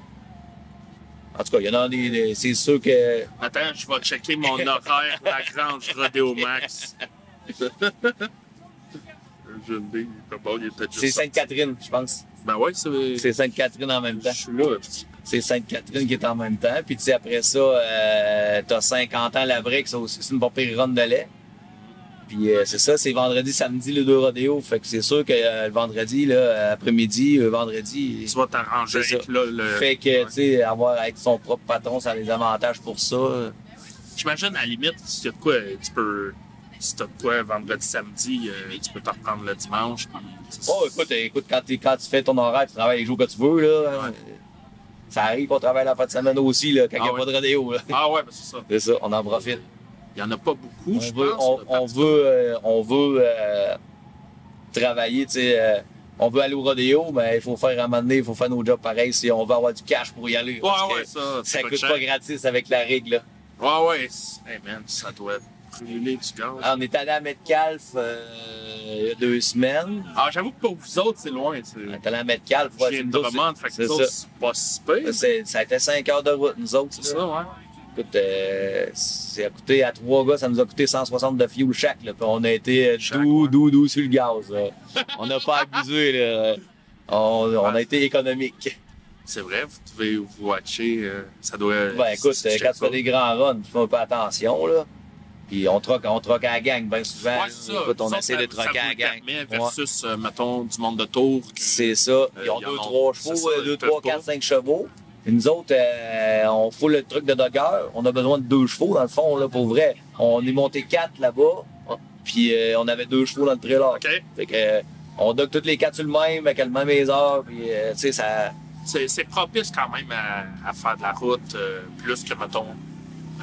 Speaker 3: En tout cas, il y en a des... des- c'est sûr que...
Speaker 2: Attends, je vais checker mon
Speaker 3: <laughs>
Speaker 2: horaire pour la grange Rodéo Max. Le jeune B, il est pas bon, il est peut-être
Speaker 3: C'est
Speaker 2: juste sorti.
Speaker 3: Sainte-Catherine, je pense.
Speaker 2: Ben ouais, c'est.
Speaker 3: C'est Sainte-Catherine en même
Speaker 2: Je
Speaker 3: temps.
Speaker 2: suis là.
Speaker 3: C'est Sainte-Catherine qui est en même temps. Puis tu sais, après ça, euh, t'as 50 ans la brique, ça aussi, c'est une pas pire run de lait. Puis euh, c'est ça, c'est vendredi, samedi, les deux rodéos. Fait que c'est sûr que euh, le vendredi, là, après-midi, euh, vendredi.
Speaker 2: Tu vas t'arranger
Speaker 3: C'est
Speaker 2: avec là, le.
Speaker 3: Fait que, tu sais, avoir à être son propre patron, ça a des avantages pour ça.
Speaker 2: J'imagine, à la limite, s'il y a de quoi, euh, tu peux si t'as de quoi vendredi, samedi, euh, tu peux te reprendre le dimanche. puis c'est-
Speaker 3: Oh, écoute, euh, écoute quand, t'es- quand tu fais ton horaire, tu travailles les jours que tu veux, là. euh, Ça arrive qu'on travaille la fin de semaine aussi, là, quand il
Speaker 2: Ah
Speaker 3: n'y a
Speaker 2: ouais.
Speaker 3: pas de rodéo, là.
Speaker 2: Ah ouais, ben c'est ça.
Speaker 3: C'est ça, on en profite.
Speaker 2: Il y en a pas beaucoup,
Speaker 3: On
Speaker 2: je
Speaker 3: veut,
Speaker 2: pense.
Speaker 3: on,
Speaker 2: là,
Speaker 3: on veut, euh, on veut euh, travailler, tu sais, euh, on veut aller au rodéo, mais il faut faire un moment donné, il faut faire nos jobs pareils si on veut avoir du cash pour y aller. parce
Speaker 2: Ouais,
Speaker 3: que
Speaker 2: ouais, ça.
Speaker 3: ça
Speaker 2: coûte
Speaker 3: coûte
Speaker 2: cher.
Speaker 3: pas gratis avec la règle, là.
Speaker 2: Ouais, ouais. c'est- Hey man, ça doit brûler du gaz. Ah,
Speaker 3: Ah, on est allé à Metcalf euh, il y a deux semaines.
Speaker 2: Ah, j'avoue que pour vous autres, c'est loin. C'est...
Speaker 3: On est allé à Metcalf. ouais,
Speaker 2: je viens
Speaker 3: c'est-
Speaker 2: de Drummond, fait que
Speaker 3: c'est
Speaker 2: vous
Speaker 3: ça.
Speaker 2: autres, c'est pas si pire.
Speaker 3: C'est- Ça a été 5 heures de route, nous autres.
Speaker 2: C'est
Speaker 3: là.
Speaker 2: ça, ouais.
Speaker 3: Écoute, euh, ça a coûté à trois gars, ça nous a coûté 160 de fuel chaque. Là, puis on a été euh,
Speaker 2: Chaque,
Speaker 3: doux,
Speaker 2: ouais.
Speaker 3: doux, doux sur le gaz. là. on n'a pas abusé. Là. On, on a été économique.
Speaker 2: C'est vrai, vous devez vous watcher. euh, ça doit.
Speaker 3: Ben écoute,
Speaker 2: si tu
Speaker 3: euh,
Speaker 2: checkes
Speaker 3: quand tu
Speaker 2: pas.
Speaker 3: fais des grands runs, tu fais un peu attention. Là. Puis on troque, on troque à la gang bien souvent.
Speaker 2: Ouais, c'est ça.
Speaker 3: écoute, on
Speaker 2: Vous
Speaker 3: essaie
Speaker 2: autres,
Speaker 3: de
Speaker 2: ça- ça
Speaker 3: troquer à
Speaker 2: vous
Speaker 3: la
Speaker 2: le
Speaker 3: gang.
Speaker 2: permet
Speaker 3: Ouais.
Speaker 2: Versus, euh, mettons, du monde de tour. que-
Speaker 3: C'est ça. Ils ont
Speaker 2: Euh, ils en
Speaker 3: deux,
Speaker 2: ont-
Speaker 3: trois
Speaker 2: c'est ça,
Speaker 3: chevaux, euh,
Speaker 2: ils
Speaker 3: deux,
Speaker 2: peuvent
Speaker 3: trois,
Speaker 2: pas.
Speaker 3: quatre, cinq chevaux. Puis nous autres, euh, on fout le truc de dogger. On a besoin de deux chevaux, dans le fond, là, pour vrai. On est monté quatre là-bas, puis euh, on avait deux chevaux dans le trailer.
Speaker 2: OK.
Speaker 3: Fait que, euh, on dogue toutes les quatre sur le même, avec le même heures, puis euh, tu sais, ça.
Speaker 2: C'est, c'est propice quand même à, à faire de la route, euh, plus que, mettons,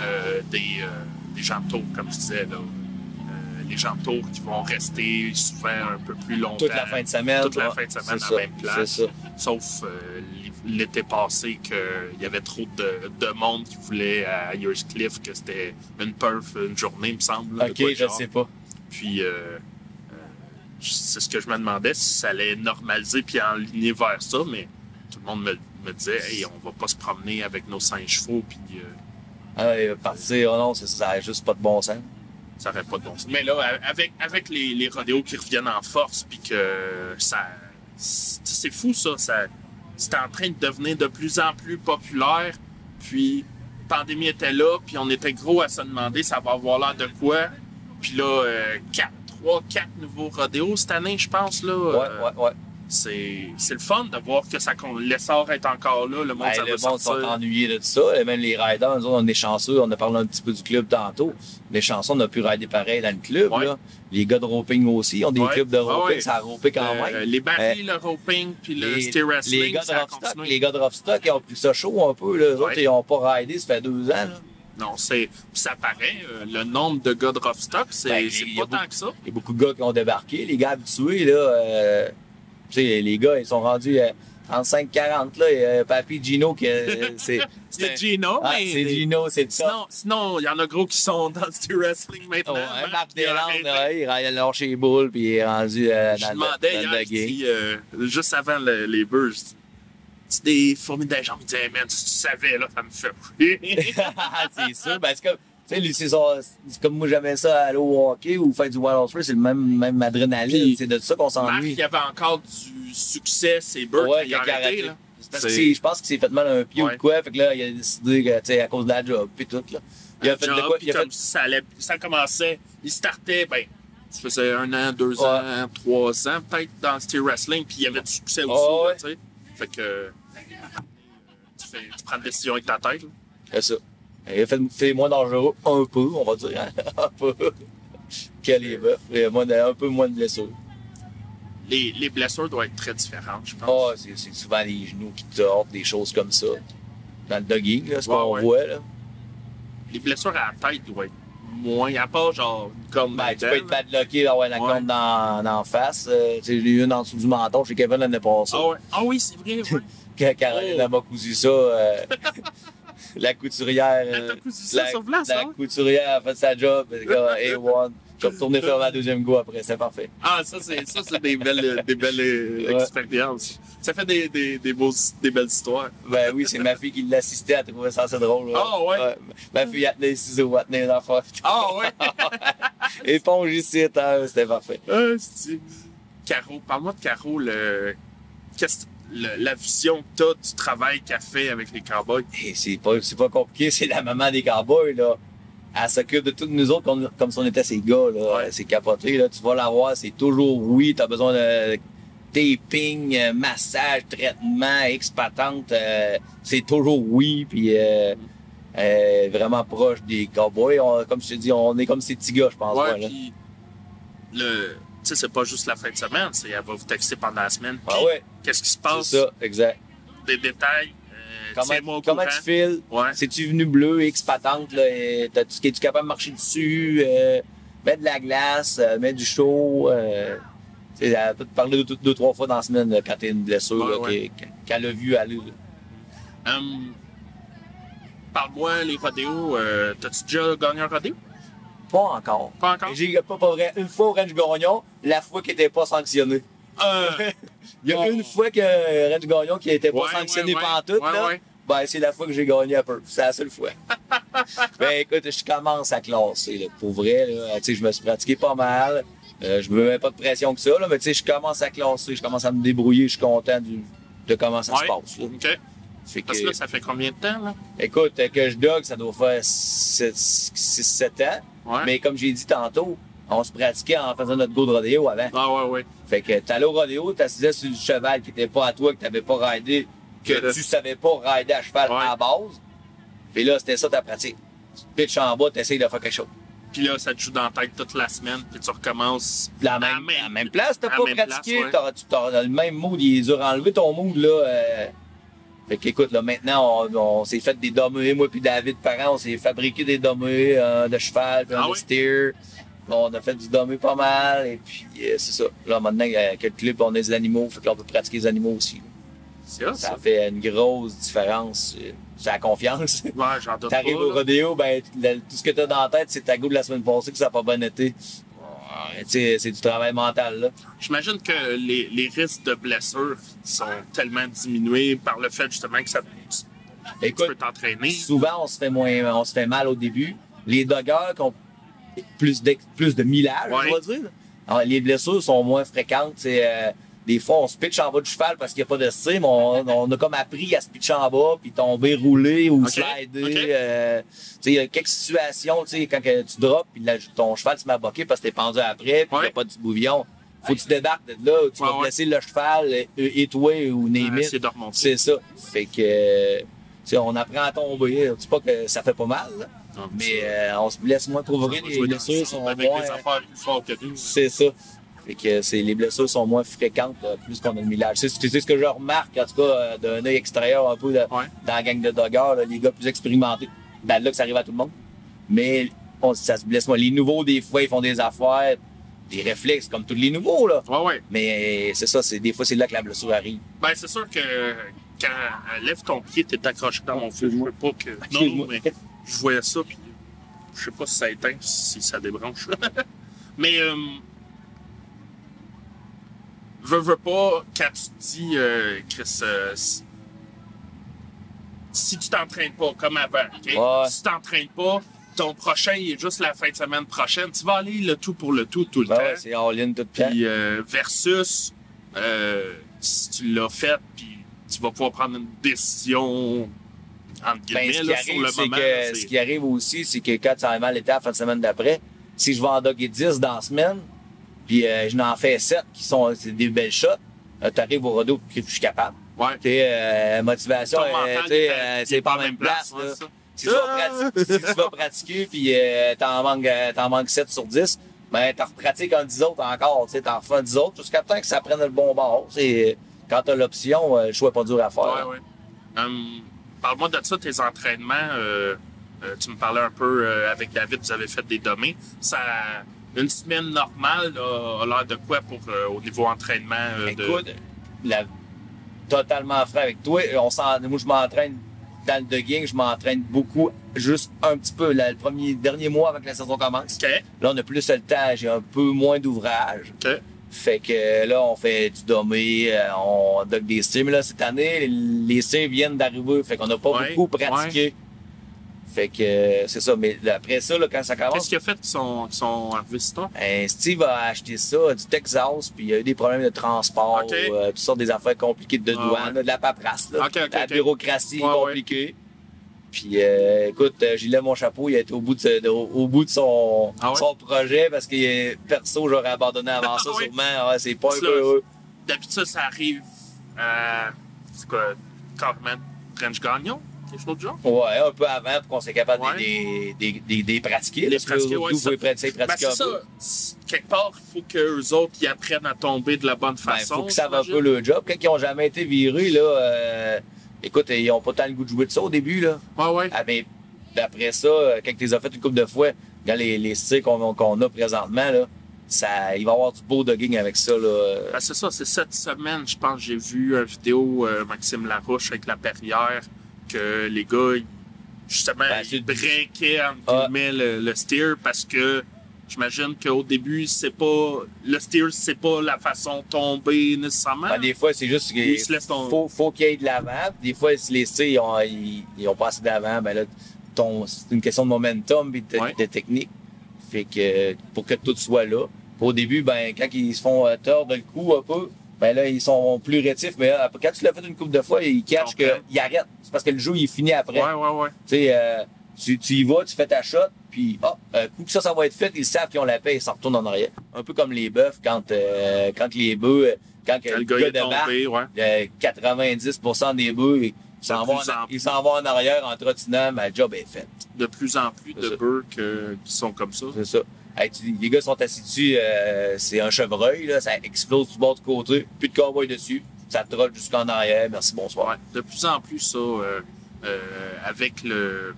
Speaker 2: euh, des, euh, des gens de tour, comme je disais. Là. Euh, les gens de tour qui vont rester souvent un peu plus longtemps.
Speaker 3: Toute la fin de semaine.
Speaker 2: Toute la fin
Speaker 3: ouais.
Speaker 2: de semaine
Speaker 3: C'est
Speaker 2: à
Speaker 3: ça,
Speaker 2: la même place.
Speaker 3: C'est ça.
Speaker 2: Sauf euh, l'été passé qu'il y avait trop de, de monde qui voulait euh, à Ayers Cliff que c'était une perf une journée, il me semble. de
Speaker 3: Ok,
Speaker 2: quoi de
Speaker 3: je
Speaker 2: genre.
Speaker 3: sais pas.
Speaker 2: Puis euh, euh, c'est ce que je me demandais si ça allait normaliser puis enligner vers ça, mais tout le monde me, me disait Hey, on va pas se promener avec nos cinq chevaux puis euh,
Speaker 3: Ah, ouais, partir, oh non, c'est ça, ça a juste pas de bon sens.
Speaker 2: ça aurait pas de bon sens. Mais là, a- avec, avec les, les rodéos qui reviennent en force puis que ça. C'est c'est fou ça, ça c'est en train de devenir de plus en plus populaire. Puis, pandémie était là, puis on était gros à se demander ça va avoir l'air de quoi. Puis là, euh, quatre, trois, quatre nouveaux rodéos cette année, je pense. Là,
Speaker 3: Ouais,
Speaker 2: Euh,
Speaker 3: ouais, ouais.
Speaker 2: C'est, c'est le fun de voir que ça, con- l'essor est encore là, le monde,
Speaker 3: Ben,
Speaker 2: ça
Speaker 3: le
Speaker 2: va
Speaker 3: monde
Speaker 2: sortir.
Speaker 3: sont ennuyés de tout ça. Et même les riders, nous autres, on est chanceux. On a parlé un petit peu du club tantôt. Les chansons, on a pu rider pareil dans le club.
Speaker 2: Ouais.
Speaker 3: Là. Les gars de roping aussi ont des
Speaker 2: Ouais.
Speaker 3: clubs de
Speaker 2: Ah
Speaker 3: roping.
Speaker 2: ouais.
Speaker 3: Ça a ropé quand
Speaker 2: Euh,
Speaker 3: même.
Speaker 2: les barils, le roping, puis le steer wrestling,
Speaker 3: les gars de
Speaker 2: ça a
Speaker 3: Rough Stock,
Speaker 2: continué.
Speaker 3: les gars de Rough Stock, ils ont pris ça chaud un peu. Là. Eux autres,
Speaker 2: Ouais.
Speaker 3: ils n'ont pas ridé, ça fait deux ans. là.
Speaker 2: Non, c'est, puis ça paraît, euh, le nombre de gars de rough stock, c'est,
Speaker 3: Ben,
Speaker 2: c'est
Speaker 3: il y
Speaker 2: pas
Speaker 3: a
Speaker 2: tant
Speaker 3: beaucoup-
Speaker 2: que ça.
Speaker 3: Il y a beaucoup de gars qui ont débarqué. Les gars habitués, là, euh, tu sais, les gars, ils sont rendus à 35-40. Là, et, euh, Papy Gino, qui, euh,
Speaker 2: <laughs>
Speaker 3: c'est
Speaker 2: C'est
Speaker 3: un-
Speaker 2: Gino,
Speaker 3: Ah,
Speaker 2: mais.
Speaker 3: c'est
Speaker 2: des-
Speaker 3: Gino, c'est ça.
Speaker 2: Sinon, sinon, il y en a gros qui sont dans le steer wrestling maintenant.
Speaker 3: Oh, Ouais,
Speaker 2: hein,
Speaker 3: Marc
Speaker 2: puis, euh,
Speaker 3: Deslandes,
Speaker 2: arrêtez.
Speaker 3: ouais, il raille alors chez les boules, puis il est rendu euh,
Speaker 2: Je
Speaker 3: dans, le,
Speaker 2: demandais
Speaker 3: dans
Speaker 2: hier,
Speaker 3: le
Speaker 2: je
Speaker 3: gay.
Speaker 2: dis, euh, juste avant le- les beurs, je dis, c'est des fourmis de la jambe. Il disait, man, si tu savais, là, ça me fait rire.
Speaker 3: <laughs> c'est sûr. Ben, c'est comme, tu sais, lui, c'est son- c'est comme moi, j'aimais ça aller au hockey ou faire du Wild Free, c'est le même, même adrénaline.
Speaker 2: Puis,
Speaker 3: C'est de ça qu'on
Speaker 2: Marc,
Speaker 3: s'ennuie.
Speaker 2: il y avait encore du succès, c'est Burke
Speaker 3: Ouais,
Speaker 2: qui a
Speaker 3: quand il a
Speaker 2: arrêté.
Speaker 3: arrêté.
Speaker 2: là.
Speaker 3: C'est parce que
Speaker 2: C'est-
Speaker 3: c'est- je pense qu'il s'est fait mal à un pied
Speaker 2: Ouais.
Speaker 3: ou de quoi, fait que là, il a décidé que, tu sais, à cause de la job, puis tout, là. Il a fait
Speaker 2: Genre,
Speaker 3: de quoi,
Speaker 2: puis
Speaker 3: il a
Speaker 2: comme
Speaker 3: fait,
Speaker 2: ça, allait- ça commençait, il startait, ben, ça faisait un an, deux
Speaker 3: Ouais.
Speaker 2: ans, trois ans, peut-être, dans le steer wrestling, puis il y avait du succès aussi,
Speaker 3: Ouais,
Speaker 2: là,
Speaker 3: ouais.
Speaker 2: tu sais. Fait que, euh, tu, fais- tu prends des décisions avec ta tête, là.
Speaker 3: c'est ça. Il a fait, fait moins dangereux, un peu, on va dire, <laughs> hein, un peu, que
Speaker 2: Euh.
Speaker 3: les veufs, et moins de- un peu moins de blessures.
Speaker 2: Les, les blessures doivent être très différentes, je pense.
Speaker 3: Ah, c'est c'est souvent les genoux qui tortent, des choses comme ça. Dans le dogging, là, ce
Speaker 2: Ouais,
Speaker 3: qu'on
Speaker 2: ouais.
Speaker 3: voit. Là.
Speaker 2: Les blessures à la tête doivent être moins, à part, genre, comme
Speaker 3: Ben, tu peux être padlocké, avoir la
Speaker 2: Ouais.
Speaker 3: corne dans, dans la face. Euh, tu sais, j'ai eu une en dessous du menton chez Kevin l'année passée.
Speaker 2: Ah, ouais. Ah oui, c'est vrai,
Speaker 3: <laughs>
Speaker 2: ouais.
Speaker 3: Quand Caroline
Speaker 2: Oh.
Speaker 3: elle m'a cousu ça, euh, <laughs> la couturière.
Speaker 2: Elle t'a
Speaker 3: euh,
Speaker 2: cousu ça
Speaker 3: la,
Speaker 2: sur place,
Speaker 3: la
Speaker 2: hein?
Speaker 3: couturière a fait sa job. et comme, A1. Je suis retourné faire ma deuxième go après, c'est parfait.
Speaker 2: Ah, ça, c'est, ça, c'est des belles, des belles euh,
Speaker 3: Ouais.
Speaker 2: expériences. Ça fait des, des, des, beaux, des belles histoires.
Speaker 3: Ben oui, c'est ma fille qui l'assistait, elle trouvait ça assez drôle.
Speaker 2: Ah, ouais?
Speaker 3: Ma fille, elle tenait les ciseaux, elle tenait les enfants.
Speaker 2: Ah, ouais.
Speaker 3: Éponge ici, hein, c'était parfait.
Speaker 2: Ah, c'est- Caro, parle-moi de Caro, le... qu'est-ce- le- la vision que t'as du travail qu'elle fait avec les cowboys.
Speaker 3: Et c'est pas, c'est pas compliqué, c'est la maman des cowboys, là. Elle s'occupe de toutes nous autres comme, comme si on était ses gars, là.
Speaker 2: Ouais.
Speaker 3: C'est capoté, là. Tu vas la voir, c'est toujours oui. T'as besoin de taping, euh, massage, traitement, expatante. euh, c'est toujours oui, puis euh, euh, vraiment proche des cowboys. On- comme je te dis, on est comme ces petits gars, je pense.
Speaker 2: Ouais,
Speaker 3: moi, Ah, là.
Speaker 2: puis le. Tu sais, c'est pas juste la fin de semaine, c'est elle va vous texter pendant la semaine.
Speaker 3: Ah
Speaker 2: Puis,
Speaker 3: ouais.
Speaker 2: Qu'est-ce qui se passe?
Speaker 3: C'est ça, exact.
Speaker 2: Des détails. euh, tiens-moi
Speaker 3: Comment,
Speaker 2: au
Speaker 3: comment
Speaker 2: courant.
Speaker 3: tu files?
Speaker 2: Ouais. Es-tu
Speaker 3: Ah, C'est-tu venu bleu, X patente? Là, et t'as-tu, es-tu capable de marcher dessus? Euh, mettre de la glace, euh, mettre du chaud. Euh, tu sais, elle peut te parler deux, deux, trois fois dans la semaine là, quand t'as une blessure
Speaker 2: Ouais,
Speaker 3: là,
Speaker 2: ouais.
Speaker 3: qu'elle- qu'elle a vu aller. là.
Speaker 2: Hum, Parle-moi, les rodéos, euh, t'as-tu déjà gagné un rodéo?
Speaker 3: Pas encore.
Speaker 2: Pas encore?
Speaker 3: J'ai pas, pas vrai. Une fois au Range Gagnon, la fois qu'il n'était pas sanctionné.
Speaker 2: Euh,
Speaker 3: Il y a
Speaker 2: Oh.
Speaker 3: une fois que Range Gagnon qui n'était pas
Speaker 2: Ouais,
Speaker 3: sanctionné
Speaker 2: ouais, ouais.
Speaker 3: pantoute,
Speaker 2: Ouais,
Speaker 3: là,
Speaker 2: ouais.
Speaker 3: ben c'est la fois que j'ai gagné un peu. C'est la seule fois. <laughs> ben écoute, je commence à classer. là. Pour vrai, là, tu sais, je me suis pratiqué pas mal. Euh, je me mets pas de pression que ça, là, mais tu sais, je commence à classer, je commence à me débrouiller, je suis content du- de comment <laughs> ça se
Speaker 2: ouais.
Speaker 3: passe. là.
Speaker 2: OK.
Speaker 3: Fait que,
Speaker 2: Parce que là, ça fait combien de temps, là?
Speaker 3: écoute, euh, que je dogue, ça doit faire 6-7 ans.
Speaker 2: Ouais.
Speaker 3: Mais comme j'ai dit tantôt, on se pratiquait en faisant notre go de rodéo avant.
Speaker 2: Ah, ouais, ouais.
Speaker 3: Fait que t'allais au rodéo, t'assisais sur le cheval qui était pas à toi, que t'avais pas raidé, que
Speaker 2: Ouais.
Speaker 3: tu savais pas rider à cheval
Speaker 2: Ouais.
Speaker 3: à la base. Puis là, c'était ça ta pratique. Tu te pitches en bas, t'essayes de faire quelque chose.
Speaker 2: Puis là, ça te joue dans la tête toute la semaine, puis tu recommences.
Speaker 3: Puis la
Speaker 2: à
Speaker 3: même, la même place, t'as
Speaker 2: à
Speaker 3: pas
Speaker 2: même
Speaker 3: pratiqué,
Speaker 2: place, ouais.
Speaker 3: t'auras- tu t'auras le même mood, il est dur à enlever ton mood, là. euh. Fait qu'écoute, là, maintenant, on, on s'est fait des domés, moi puis David, parents, on s'est fabriqué des domés euh, de cheval, puis
Speaker 2: Ah
Speaker 3: on a
Speaker 2: oui?
Speaker 3: steer. On a fait du domé pas mal, et puis euh, c'est ça. Là, maintenant, avec le clip, on a des animaux, fait que là, on peut pratiquer les animaux aussi.
Speaker 2: C'est ça,
Speaker 3: Ça
Speaker 2: ça.
Speaker 3: fait une grosse différence. euh, C'est
Speaker 2: <laughs>
Speaker 3: la confiance.
Speaker 2: Ouais, j'en doute pas.
Speaker 3: T'arrives au
Speaker 2: là.
Speaker 3: rodéo, ben, la- tout ce que t'as dans la tête, c'est ta go de la semaine passée que ça n'a pas bien été. Ouais, tu sais, C'est du travail mental, là.
Speaker 2: J'imagine que les, les risques de blessures sont tellement diminués par le fait justement que ça, tu, tu peux
Speaker 3: Écoute,
Speaker 2: t'entraîner.
Speaker 3: souvent, on se fait moins, on se fait mal au début. Les doggers qui ont plus de, plus de millage,
Speaker 2: Ouais.
Speaker 3: on va dire. Alors, les blessures sont moins fréquentes. c'est, euh, des fois, on se pitche en bas du cheval parce qu'il n'y a pas de steam. On, on a comme appris à se pitcher en bas, puis tomber, rouler ou
Speaker 2: Ok,
Speaker 3: slider.
Speaker 2: ok.
Speaker 3: euh, tu sais, il y a quelques situations, tu sais, quand que tu drops, puis là, ton cheval se met à boquer parce que t'es pendu après, puis il
Speaker 2: Ouais.
Speaker 3: n'y a pas de petit bouvillon. Faut que tu débarques de là, ou tu
Speaker 2: Ouais,
Speaker 3: vas
Speaker 2: ouais.
Speaker 3: blesser le cheval, euh, et toi, ou
Speaker 2: Euh,
Speaker 3: Némit.
Speaker 2: c'est de remonter.
Speaker 3: C'est ça. Fait que, euh, tu sais, on apprend à tomber. Je dis pas que ça fait pas mal, là,
Speaker 2: Non,
Speaker 3: mais
Speaker 2: c'est-
Speaker 3: euh, on se blesse moins
Speaker 2: on
Speaker 3: provoquer.
Speaker 2: va
Speaker 3: Les
Speaker 2: jouer dans
Speaker 3: blessures
Speaker 2: le
Speaker 3: sont
Speaker 2: centre avec
Speaker 3: moins.
Speaker 2: les affaires plus fortes que nous.
Speaker 3: C'est ça. Fait que c'est- les blessures sont moins fréquentes là, plus qu'on a le millage. C'est c'est- c'est ce que je remarque, en tout cas, euh, d'un œil extérieur un peu de-
Speaker 2: Ouais.
Speaker 3: dans la gang de doggers, là, les gars plus expérimentés. Ben là que ça arrive à tout le monde. Mais on- ça se blesse moins. Les nouveaux, des fois, ils font des affaires, des réflexes, comme tous les nouveaux, là.
Speaker 2: Ouais, ouais.
Speaker 3: Mais euh, c'est ça, c'est des fois, c'est là que la blessure arrive.
Speaker 2: Ben, c'est sûr que euh, quand euh, lève ton pied, t'es accroché dans mon feu. Je veux pas que. Non,
Speaker 3: Excuse-moi.
Speaker 2: mais je voyais ça, puis je sais pas si ça éteint, si ça débranche. <laughs> mais, euh, veux, veux pas, quand tu te dis, euh, Chris, euh, si- si tu t'entraînes pas comme avant, ok?
Speaker 3: Ouais.
Speaker 2: si tu t'entraînes pas, ton prochain, il est juste la fin de semaine prochaine. Tu vas aller le tout pour le tout, tout le
Speaker 3: Ben
Speaker 2: temps.
Speaker 3: ouais, c'est all-in tout le temps.
Speaker 2: Hein? Puis euh, versus euh, si tu l'as fait, puis tu vas pouvoir prendre une décision entre
Speaker 3: Ben,
Speaker 2: guillemets
Speaker 3: ce, qui
Speaker 2: là, sur
Speaker 3: arrive,
Speaker 2: le
Speaker 3: c'est
Speaker 2: moment.
Speaker 3: que,
Speaker 2: là,
Speaker 3: ce
Speaker 2: c'est-
Speaker 3: qui arrive aussi, c'est que quand ça va mal l'été à la fin de semaine d'après, si je vais en doguer 10 dans la semaine, puis euh, je n'en fais 7 qui sont c'est des belles shots, tu arrives au rodeo puis je suis capable.
Speaker 2: Ouais.
Speaker 3: T'es euh, motivation,
Speaker 2: Ton
Speaker 3: euh,
Speaker 2: mental,
Speaker 3: tu sais,
Speaker 2: il est-
Speaker 3: euh,
Speaker 2: il est
Speaker 3: c'est pas en même place.
Speaker 2: ouais,
Speaker 3: là.
Speaker 2: ça.
Speaker 3: si, tu vas pratiquer, si tu vas pratiquer puis euh, t'en manques, euh, t'en manques 7 sur 10, ben t'en repratiques en 10 autres encore, tu sais, t'en refais en 10 autres jusqu'à temps que ça prenne le bon bord. C'est quand t'as l'option, euh, le choix est pas dur à faire.
Speaker 2: Ouais, ouais. Hum, Parle-moi de ça, tes entraînements. euh, euh, tu me parlais un peu euh, avec David, vous avez fait des domaines. Ça, une semaine normale là, a l'air de quoi pour euh, au niveau entraînement euh, de-
Speaker 3: Écoute, la- totalement franc avec toi, euh, on s'en- moi je m'entraîne dans le dogging, je m'entraîne beaucoup, juste un petit peu, là, le premier, dernier mois avant que la saison commence.
Speaker 2: Ok,
Speaker 3: Là, on a plus le temps, j'ai un peu moins d'ouvrage.
Speaker 2: ok.
Speaker 3: Fait que euh, là, on fait du domé, euh, on dogue des streams. Là, cette année, les streams viennent d'arriver, fait qu'on n'a pas
Speaker 2: Ouais,
Speaker 3: beaucoup pratiqué. Fait que euh, c'est ça, mais après ça, là, quand ça
Speaker 2: Qu'est-ce
Speaker 3: commence,
Speaker 2: qu'il a fait qu'ils sont, qu'ils sont arrivés si tard?
Speaker 3: euh, Steve a acheté ça du Texas, puis il y a eu des problèmes de transport,
Speaker 2: Ok.
Speaker 3: euh, toutes sortes des affaires compliquées de
Speaker 2: Ah,
Speaker 3: douane,
Speaker 2: ouais.
Speaker 3: là, de la paperasse, là,
Speaker 2: Ok, ok,
Speaker 3: la
Speaker 2: ok.
Speaker 3: bureaucratie
Speaker 2: Ouais,
Speaker 3: compliquée. Puis euh, écoute, euh, j'ai lève mon chapeau, il a été au bout de, ce- de- au- au bout de son,
Speaker 2: Ah ouais?
Speaker 3: son projet parce que euh, perso, j'aurais abandonné avant ça
Speaker 2: <laughs> Ah ouais?
Speaker 3: sûrement. Ouais, c'est pas
Speaker 2: C'est
Speaker 3: un peu-
Speaker 2: là. euh, D'habitude, ça arrive à. C'est quoi Carmen Range Gagnon quelque chose de genre?
Speaker 3: Ouais, un peu avant pour qu'on soit capable de
Speaker 2: Ouais.
Speaker 3: les des, des, des pratiquer.
Speaker 2: Les
Speaker 3: parce que
Speaker 2: pratiquer, ouais,
Speaker 3: vous
Speaker 2: ça.
Speaker 3: pouvez pratiquer,
Speaker 2: Ben,
Speaker 3: pratiquer
Speaker 2: c'est ça.
Speaker 3: un peu.
Speaker 2: C'est- Quelque part, il faut qu'eux autres ils apprennent à tomber de la bonne
Speaker 3: Ben,
Speaker 2: façon.
Speaker 3: faut qu'ils savent un
Speaker 2: j'imagine.
Speaker 3: peu le job. Quand ils n'ont jamais été virés, là, euh, écoute, ils n'ont pas tant le goût de jouer de ça au début. Là.
Speaker 2: Ouais, ouais.
Speaker 3: Ah, mais après ça, euh, quand tu les as fait une couple de fois, dans les, les styles qu'on qu'on a présentement, là, ça, il va y avoir du beau dogging avec ça. Là. euh,
Speaker 2: Ben, c'est ça, c'est cette semaine, je pense, j'ai vu une vidéo euh, Maxime Larouche avec la perrière que les gars, ils- justement,
Speaker 3: Ben,
Speaker 2: ils
Speaker 3: c'est-
Speaker 2: breakaient entre
Speaker 3: Ah.
Speaker 2: guillemets, le, le steer parce que j'imagine qu'au début, c'est pas le steer, c'est pas la façon de tomber nécessairement.
Speaker 3: Ben, des fois, c'est juste
Speaker 2: Ils
Speaker 3: qu'il
Speaker 2: se laissent tomber.
Speaker 3: faut, faut qu'il y ait de l'avant. Des fois, si les styles ils ont, ils, ils ont pas assez d'avant, ben là, ton- c'est une question de momentum et de,
Speaker 2: Ouais.
Speaker 3: de technique. Fait que euh, pour que tout soit là. Au début, ben, quand ils se font euh, tordre le cou un peu, ben là, ils sont plus rétifs. Mais là, après, quand tu l'as fait une couple de fois, ils cachent
Speaker 2: comprennent.
Speaker 3: qu'ils arrêtent. C'est parce que le jeu, il est fini après.
Speaker 2: Ouais, ouais, ouais.
Speaker 3: Tu sais, euh, tu, tu y vas, tu fais ta shot, puis hop, un coup que ça, ça va être fait, ils savent qu'ils ont la paix, ils s'en retournent en arrière. Un peu comme les bœufs quand, euh, quand les bœufs, euh, quand que
Speaker 2: Quand le gars il est
Speaker 3: débarque,
Speaker 2: tombé, ouais.
Speaker 3: euh, 90% des bœufs, ils s'en
Speaker 2: De
Speaker 3: vont,
Speaker 2: plus
Speaker 3: en-
Speaker 2: en plus.
Speaker 3: ils s'en vont en arrière en trottinant, ma job est faite.
Speaker 2: De plus en plus
Speaker 3: C'est
Speaker 2: de
Speaker 3: ça.
Speaker 2: bœufs que- qui sont comme ça.
Speaker 3: C'est ça. Hey, tu- les gars sont assis dessus, euh, c'est un chevreuil, là, ça explose du bord de côté, plus de cowboy dessus, ça trotte jusqu'en arrière, merci, bonsoir.
Speaker 2: Ouais, de plus en plus ça, euh, euh, avec le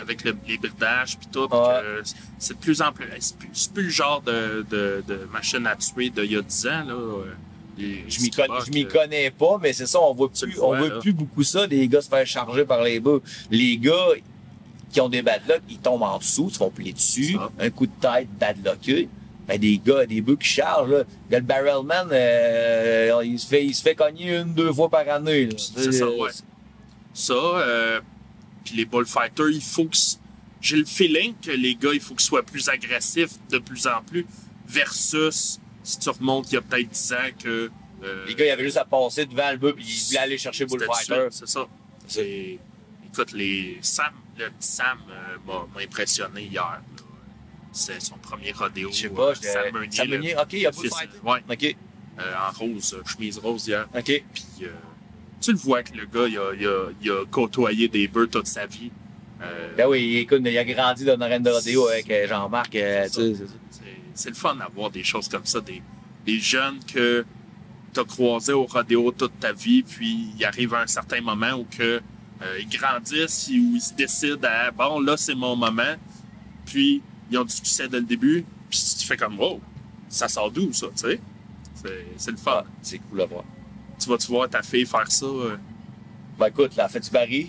Speaker 2: avec le, les bridages puis tout, que c'est de plus en plus. C'est plus, c'est plus le genre de, de, de machine à tuer d'il y a 10 ans là. euh, les
Speaker 3: Je m'y connais,
Speaker 2: Springboks,
Speaker 3: je m'y
Speaker 2: euh,
Speaker 3: connais pas, mais c'est ça, on voit
Speaker 2: Tu le
Speaker 3: plus,
Speaker 2: vois,
Speaker 3: on voit
Speaker 2: là.
Speaker 3: plus beaucoup ça, des gars se faire charger par les bœufs. Les gars qui ont des badlocks, ils tombent en dessous, ils se font plier dessus,
Speaker 2: Ça.
Speaker 3: un coup de tête badlocké. Ben, des gars, des bœufs qui chargent, là. Il y a le barrelman, euh, il se fait, il se fait cogner une, deux fois par année, là. Euh,
Speaker 2: C'est ça, ouais. Ça, euh, puis les bullfighters, il faut que. s- J'ai le feeling que les gars, il faut qu'ils soient plus agressifs de plus en plus, versus si tu remontes il y a peut-être 10 ans que. euh,
Speaker 3: Les gars, ils avaient juste à passer devant le bœuf puis ils voulaient aller chercher
Speaker 2: C'était
Speaker 3: Bullfighter.
Speaker 2: dessus, C'est ça. C'est- Écoute, les Sam, le petit Sam euh, m'a- m'a impressionné hier. là. C'est son premier rodéo.
Speaker 3: Je sais pas,
Speaker 2: euh,
Speaker 3: j'étais-
Speaker 2: Sam Meunier,
Speaker 3: Sam
Speaker 2: là,
Speaker 3: Meunier, ok, il y a
Speaker 2: le fils,
Speaker 3: Bullfighter.
Speaker 2: ouais,
Speaker 3: Ok,
Speaker 2: euh, en rose, euh, chemise rose hier.
Speaker 3: ok.
Speaker 2: Puis euh, tu le vois que le gars, il a, il a- il a côtoyé des bœufs toute sa vie. Euh,
Speaker 3: Ben oui, écoute, il a grandi dans une arène de rodéo avec euh, Jean-Marc, euh,
Speaker 2: C'est ça.
Speaker 3: tu sais, c'est ça.
Speaker 2: C'est- C'est le fun d'avoir des choses comme ça, des, des jeunes que t'as croisés au rodéo toute ta vie, puis il arrive un certain moment où que, euh, ils grandissent, ils- où ils se décident à bon, là c'est mon moment, puis ils ont du succès dès le début, puis tu fais comme wow, ça sort d'où ça, tu sais? C'est- C'est le fun.
Speaker 3: Ah, c'est cool à voir.
Speaker 2: Tu vas-tu voir ta fille faire ça? euh?
Speaker 3: Ben écoute, la fête du baril.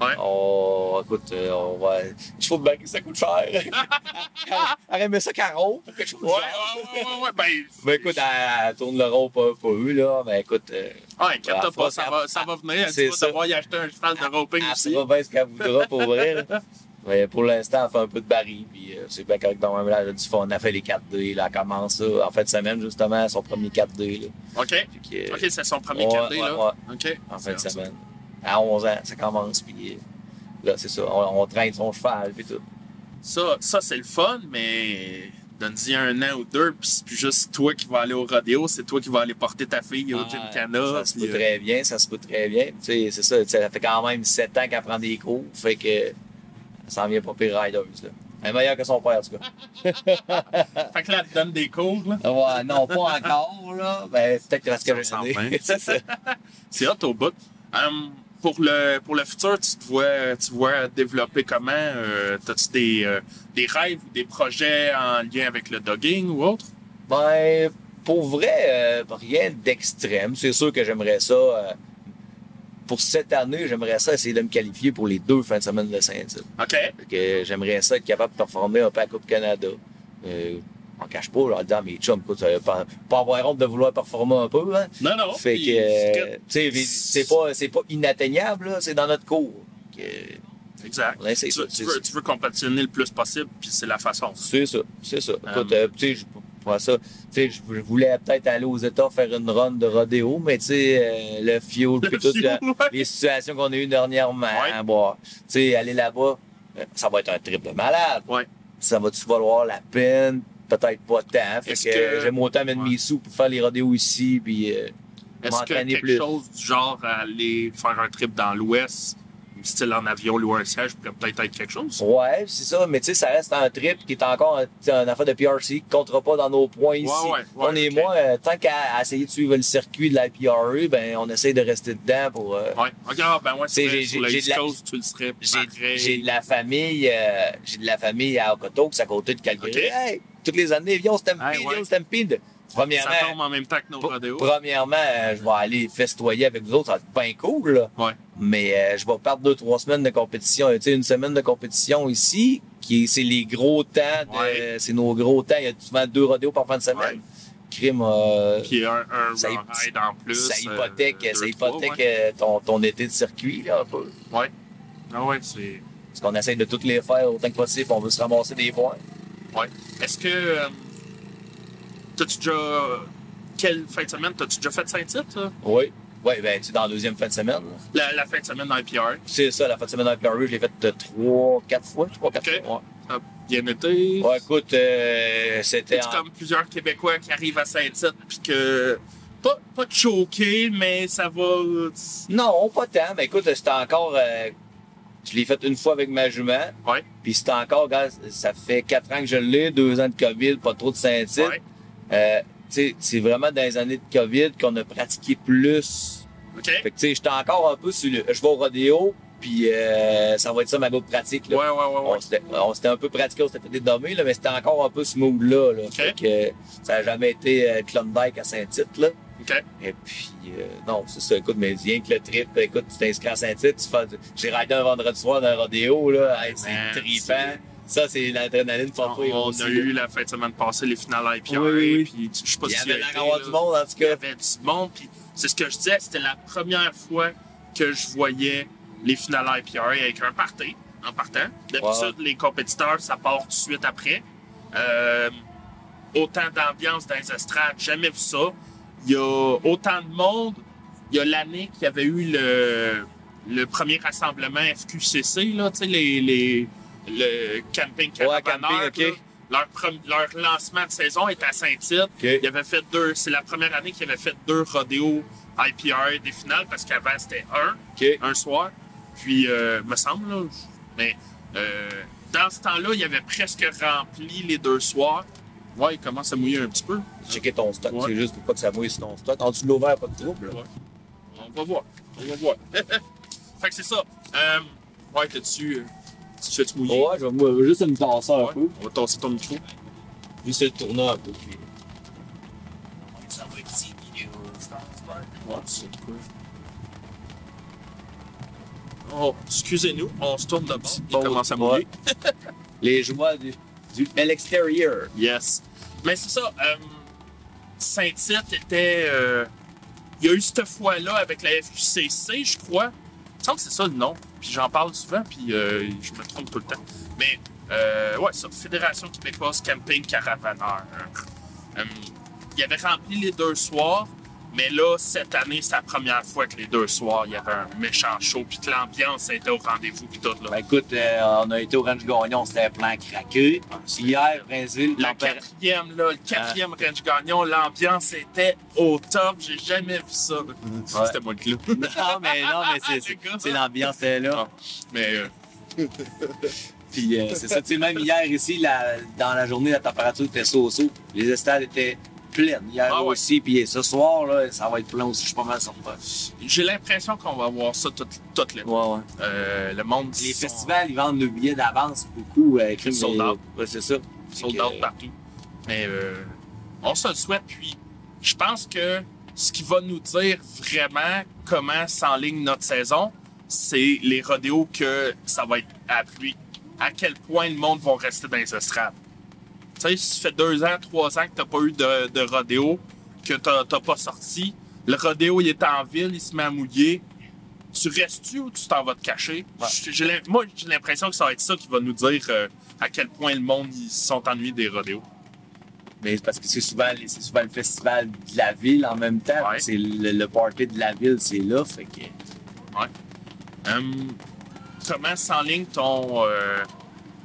Speaker 2: Ouais.
Speaker 3: On, écoute, euh, on va. Je trouve que le baril, ça coûte
Speaker 2: <laughs>
Speaker 3: cher. Elle aimait ça qu'elle rompe, quelque chose. de
Speaker 2: Ouais,
Speaker 3: genre.
Speaker 2: ouais, ouais, ouais, ouais, ben.
Speaker 3: Ben écoute, elle, elle tourne le rond pas, pas eu, là. Ben écoute, euh,
Speaker 2: ouais, inquiète-toi
Speaker 3: à
Speaker 2: pas,
Speaker 3: force,
Speaker 2: ça
Speaker 3: à-
Speaker 2: va, ça va venir.
Speaker 3: c'est
Speaker 2: Tu vas
Speaker 3: ça. ah,
Speaker 2: devoir y acheter un cheval de roping
Speaker 3: elle
Speaker 2: aussi.
Speaker 3: saura bien ce qu'elle voudra pour vrai. là. Mais pour l'instant, elle fait un peu de baril, puis euh, c'est bien correct. Dans même, là, elle a du fun. Elle fait les 4D, là. Elle commence ça en fin de semaine, justement, son premier 4D, là.
Speaker 2: OK?
Speaker 3: Fait que, euh,
Speaker 2: OK, c'est son premier
Speaker 3: ouais,
Speaker 2: 4D,
Speaker 3: ouais,
Speaker 2: là.
Speaker 3: ouais.
Speaker 2: OK.
Speaker 3: en fin de semaine. À 11 ans, ça commence, puis euh, là, c'est ça. On, on traîne son cheval, puis tout.
Speaker 2: Ça, ça c'est le fun, mais donne-y un an ou deux, puis c'est plus juste toi qui vas aller au rodéo, c'est toi qui vas aller porter ta fille au
Speaker 3: Ah,
Speaker 2: gymkhana.
Speaker 3: Ça se
Speaker 2: puis,
Speaker 3: peut
Speaker 2: euh,
Speaker 3: très bien, ça se peut très bien. Tu sais, c'est ça, tu sais, ça fait quand même 7 ans qu'elle prend des cours, fait que elle s'en vient pas pire rideuse. Là. Elle est meilleure que son père, en tout cas.
Speaker 2: Fait que là, elle te donne des cours, là.
Speaker 3: Ah Ouais, non, pas encore, là. Ben, peut-être parce que
Speaker 2: Ça
Speaker 3: j'en
Speaker 2: ressemble,
Speaker 3: ai.
Speaker 2: hein.
Speaker 3: <laughs> C'est ça.
Speaker 2: C'est hot au bout. Hum, pour le pour le futur, tu te vois, tu vois développer comment? Euh, T'as-tu des, euh, des rêves ou des projets en lien avec le dogging ou autre?
Speaker 3: Ben, pour vrai, euh, rien d'extrême. C'est sûr que j'aimerais ça. euh, pour cette année, j'aimerais ça essayer de me qualifier pour les deux fins de semaine de Saint-Tite.
Speaker 2: OK.
Speaker 3: Fait que j'aimerais ça être capable de performer un peu à la Coupe Canada. Euh, on cache pas, là, dans mes chums, écoute, ça va pas, pas avoir honte de vouloir performer un peu, hein.
Speaker 2: Non, non.
Speaker 3: fait
Speaker 2: puis-
Speaker 3: que, euh, tu sais, c'est pas, c'est pas inatteignable, là, c'est dans notre cours. Fait que,
Speaker 2: Exact.
Speaker 3: on essaie
Speaker 2: Tu,
Speaker 3: ça,
Speaker 2: tu
Speaker 3: c'est
Speaker 2: veux, tu veux compétitionner le plus possible, puis c'est la façon.
Speaker 3: C'est ça, c'est ça. Écoute,
Speaker 2: Euh,
Speaker 3: euh, tu sais, je- pour ça, tu sais, je je voulais peut-être aller aux États faire une run de rodéo, mais tu sais, euh, le fioul,
Speaker 2: Le
Speaker 3: puis tout,
Speaker 2: fioul,
Speaker 3: la-
Speaker 2: ouais.
Speaker 3: les situations qu'on a eues dernièrement,
Speaker 2: Ouais.
Speaker 3: bon, tu sais, aller là-bas, euh, ça va être un trip de malade.
Speaker 2: Ouais.
Speaker 3: Ça va-tu valoir la peine? Peut-être pas tant. Fait
Speaker 2: Est-ce
Speaker 3: que,
Speaker 2: que-
Speaker 3: j'aime autant mettre
Speaker 2: Ouais.
Speaker 3: mes sous pour faire les rodéos ici, puis euh,
Speaker 2: Est-ce que
Speaker 3: m'entraîner
Speaker 2: quelque
Speaker 3: plus.
Speaker 2: chose du genre à aller faire un trip dans l'Ouest style en avion, louer un siège pourrait peut-être être quelque chose.
Speaker 3: Ouais, c'est ça, mais tu sais, ça reste un trip qui est encore un, tu sais, un affaire de PRC qui comptera pas dans nos points ici.
Speaker 2: ouais, ouais,
Speaker 3: on est
Speaker 2: ok.
Speaker 3: moins, euh, tant qu'à à essayer de suivre le circuit de la PRE, ben, on essaye de rester dedans pour. euh,
Speaker 2: Ouais, regarde, ben ouais, c'est
Speaker 3: T'sais,
Speaker 2: vrai,
Speaker 3: j'ai-
Speaker 2: sur la
Speaker 3: j'ai-
Speaker 2: East
Speaker 3: j'ai de la-
Speaker 2: Coast, tu le serais
Speaker 3: J'ai
Speaker 2: pareil.
Speaker 3: j'ai de la famille, euh, j'ai de la famille à Okotoks, à côté de Calgary.
Speaker 2: Ok.
Speaker 3: Hey, toutes les années, viens au Stampede,
Speaker 2: Hey, ouais.
Speaker 3: viens au Stampede. Premièrement,
Speaker 2: Ça tombe en même temps que nos
Speaker 3: pr-
Speaker 2: rodéos.
Speaker 3: premièrement, euh, je vais aller festoyer avec vous autres, ça va être bien cool. là.
Speaker 2: Ouais.
Speaker 3: Mais euh, je vais perdre deux, trois semaines de compétition. Tu sais, une semaine de compétition ici, qui est- c'est les gros temps, de-
Speaker 2: Ouais.
Speaker 3: c'est nos gros temps. Il y a souvent deux rodéos par fin de semaine.
Speaker 2: Ouais.
Speaker 3: Crime, euh,
Speaker 2: Puis un, un
Speaker 3: Ça
Speaker 2: round ride en plus.
Speaker 3: ça hypothèque,
Speaker 2: euh,
Speaker 3: ça
Speaker 2: deux, trois,
Speaker 3: hypothèque
Speaker 2: ouais.
Speaker 3: euh, ton, ton été de circuit, là, un peu.
Speaker 2: Ouais. Ah ouais, c'est.
Speaker 3: Parce qu'on essaye de toutes les faire autant que possible, on veut se ramasser des points.
Speaker 2: Ouais. Est-ce que. euh, T'as-tu déjà. Quelle fin de semaine? T'as-tu déjà fait Saint-Tite? là?
Speaker 3: Oui. Oui, ben, tu sais, dans la deuxième fin de semaine. là.
Speaker 2: La, la fin de semaine dans IPR.
Speaker 3: C'est ça, la fin de semaine à Perry, je l'ai faite euh, trois, quatre fois, trois, quatre
Speaker 2: Ok.
Speaker 3: fois.
Speaker 2: Ça a bien été.
Speaker 3: Ouais, Ouais, écoute, euh, c'était.
Speaker 2: C'est
Speaker 3: en-
Speaker 2: comme plusieurs Québécois qui arrivent à Saint-Tite, puis que. Pas, pas de choquer, mais ça va. euh,
Speaker 3: Non, pas tant, mais écoute, c'était encore. euh, je l'ai faite une fois avec ma jument.
Speaker 2: Ouais.
Speaker 3: Puis c'était encore, regarde, ça fait quatre ans que je l'ai, deux ans de COVID, pas trop de Saint-Tite.
Speaker 2: Ouais.
Speaker 3: Euh, tu sais, c'est vraiment dans les années de COVID qu'on a pratiqué plus.
Speaker 2: OK?
Speaker 3: Fait que, tu sais, j'étais encore un peu sur le. Je vais au rodéo, puis euh, ça va être ça ma go de pratique. Là.
Speaker 2: Ouais, ouais, ouais, ouais.
Speaker 3: On s'était- on s'était un peu pratiqué, on s'était fait des dommés, là, mais c'était encore un peu ce mood-là. Là. Fait que, euh, ça n'a jamais été euh, Klondike à Saint-Tite. là.
Speaker 2: OK?
Speaker 3: Et puis, euh, non, c'est ça. Écoute, mais viens que le trip, écoute, tu t'inscris à Saint-Tite, tu fais. J'ai raidé un vendredi soir dans un rodéo, là. Hey, c'est
Speaker 2: Man,
Speaker 3: trippant.
Speaker 2: c'est-
Speaker 3: Ça, c'est l'adrénaline
Speaker 2: On,
Speaker 3: pour toi.
Speaker 2: on
Speaker 3: aussi,
Speaker 2: a
Speaker 3: là.
Speaker 2: eu la fin de semaine passée les finales IPR,
Speaker 3: Oui, oui, oui.
Speaker 2: puis tu- je sais pas
Speaker 3: Il y
Speaker 2: si tu
Speaker 3: avait
Speaker 2: as
Speaker 3: l'air
Speaker 2: été,
Speaker 3: d'avoir
Speaker 2: là.
Speaker 3: du monde, en tout
Speaker 2: Il y
Speaker 3: cas.
Speaker 2: avait du monde, puis c'est ce que je disais, c'était la première fois que je voyais les finales IPR avec un party en partant. D'habitude, les compétiteurs, ça part tout de suite après. Euh, autant d'ambiance dans les estrades, jamais vu ça. Il y a autant de monde. Il y a l'année qu'il y avait eu le, le premier rassemblement FQCC, là, tu sais, les, les, le camping caravaneur,
Speaker 3: camping, ok.
Speaker 2: là. Leur, prom- leur lancement de saison est à Saint-Tite. Il avait fait deux. C'est la première année qu'il avait fait deux rodéos IPR des finales parce qu'avant c'était un,
Speaker 3: OK.
Speaker 2: un soir. Puis euh, me semble là, je- mais euh, dans ce temps-là, il avait presque rempli les deux soirs. Ouais, il commence à mouiller un petit peu.
Speaker 3: Checker ton stock.
Speaker 2: Ouais.
Speaker 3: C'est juste pour pas que ça mouille sur ton stock. En dessous de l'ovaire, pas de trouble. là.
Speaker 2: Ouais. On va voir. On va voir. <laughs> fait que c'est ça. Euh, ouais, t'as-tu. euh, Tu fais-tu mouiller?
Speaker 3: Ouais, je vais mou- juste me tasser un
Speaker 2: Ouais.
Speaker 3: peu.
Speaker 2: On va tasser ton micro.
Speaker 3: Juste le tourner un peu. puis-
Speaker 2: Ouais, c'est cool. Oh, excusez-nous, on se tourne de bord. Il
Speaker 3: Bon,
Speaker 2: commence à
Speaker 3: ouais.
Speaker 2: mouiller.
Speaker 3: Les joies du, du de l'extérieur.
Speaker 2: Yes. Mais c'est ça. euh, Saint-Tite était. euh, il y a eu cette fois-là avec la FQCC, je crois. Il me semble que c'est ça le nom. Puis j'en parle souvent, puis euh, je me trompe tout le temps. Mais, euh, ouais, ça. Fédération québécoise Camping Caravaneur. Euh, il avait rempli les deux soirs, mais là, cette année, c'est la première fois que les deux soirs, il y avait un méchant show, puis que l'ambiance était au rendez-vous, puis tout, là.
Speaker 3: Ben, écoute, euh, on a été au Ranch Gagnon, c'était un plan craqué. Hier, Brésil,
Speaker 2: La
Speaker 3: tempér-
Speaker 2: quatrième, là, le quatrième Range Gagnon, l'ambiance était au top. J'ai jamais vu ça. Mm. C'était moi le clou.
Speaker 3: Non, mais non, mais c'est- c'est c'est l'ambiance elle est là.
Speaker 2: Mais euh,
Speaker 3: Puis euh, c'est ça. Tu sais, même hier ici, la- dans la journée, la température était so-so. Les estades étaient pleines. Hier
Speaker 2: Ah ouais.
Speaker 3: aussi, puis ce soir, là, ça va être plein aussi. Je suis pas mal certain.
Speaker 2: j'ai l'impression qu'on va voir ça tout, tout les
Speaker 3: Ouais, ouais.
Speaker 2: euh, Le monde.
Speaker 3: Les
Speaker 2: sont-
Speaker 3: festivals, ils vendent le billet d'avance beaucoup. Euh, crime,
Speaker 2: Sold
Speaker 3: mais-
Speaker 2: out.
Speaker 3: Ouais, c'est ça.
Speaker 2: sold
Speaker 3: Fait que,
Speaker 2: out hein. partout. Mais euh, on se le souhaite. Puis je pense que ce qui va nous dire vraiment comment s'enligne notre saison, c'est les rodéos que ça va être à pluie. À quel point le monde va rester dans les estrades. Tu sais, si ça fait deux ans, trois ans que t'as pas eu de, de rodéo, que t'as t'as pas sorti, le rodéo, il est en ville, il se met à mouiller. Tu restes-tu ou tu t'en vas te cacher?
Speaker 3: Ouais.
Speaker 2: J'ai- j'ai l'im- moi, j'ai l'impression que ça va être ça qui va nous dire euh, à quel point le monde ils se sont ennuyés des rodéos.
Speaker 3: Mais c'est parce que c'est souvent, les- c'est souvent le festival de la ville en même temps.
Speaker 2: Ouais.
Speaker 3: C'est le, le party de la ville, c'est là. Fait que...
Speaker 2: Hum, comment s'enligne ton euh,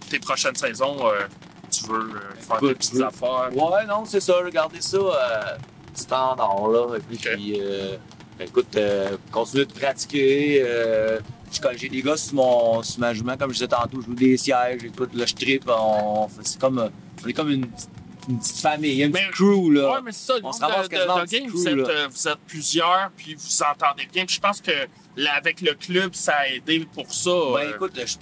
Speaker 2: tes prochaines saisons? euh, tu veux euh, faire des
Speaker 3: Écoute,
Speaker 2: petites
Speaker 3: je veux-
Speaker 2: affaires?
Speaker 3: Ouais, non, c'est ça. Regardez ça. Euh, standard, là. Et puis,
Speaker 2: Ok.
Speaker 3: euh, Écoute, euh, continue de pratiquer. euh, je- quand j'ai des gars sur, mon, sur ma jument, comme je disais tantôt, je joue des sièges, écoute, là, je tripe. On, c'est comme, euh, on est comme une, petite- une petite famille, une petite
Speaker 2: Mais-
Speaker 3: crew. Là.
Speaker 2: Ouais, mais c'est ça, le
Speaker 3: On
Speaker 2: monde
Speaker 3: se ramasse
Speaker 2: de, de-
Speaker 3: quasiment
Speaker 2: de
Speaker 3: en petit
Speaker 2: game,
Speaker 3: crew,
Speaker 2: vous êtes,
Speaker 3: là.
Speaker 2: euh, vous êtes plusieurs, puis vous entendez bien. Puis je pense que là, avec le club, ça a aidé pour ça.
Speaker 3: Ben
Speaker 2: euh,
Speaker 3: écoute, je,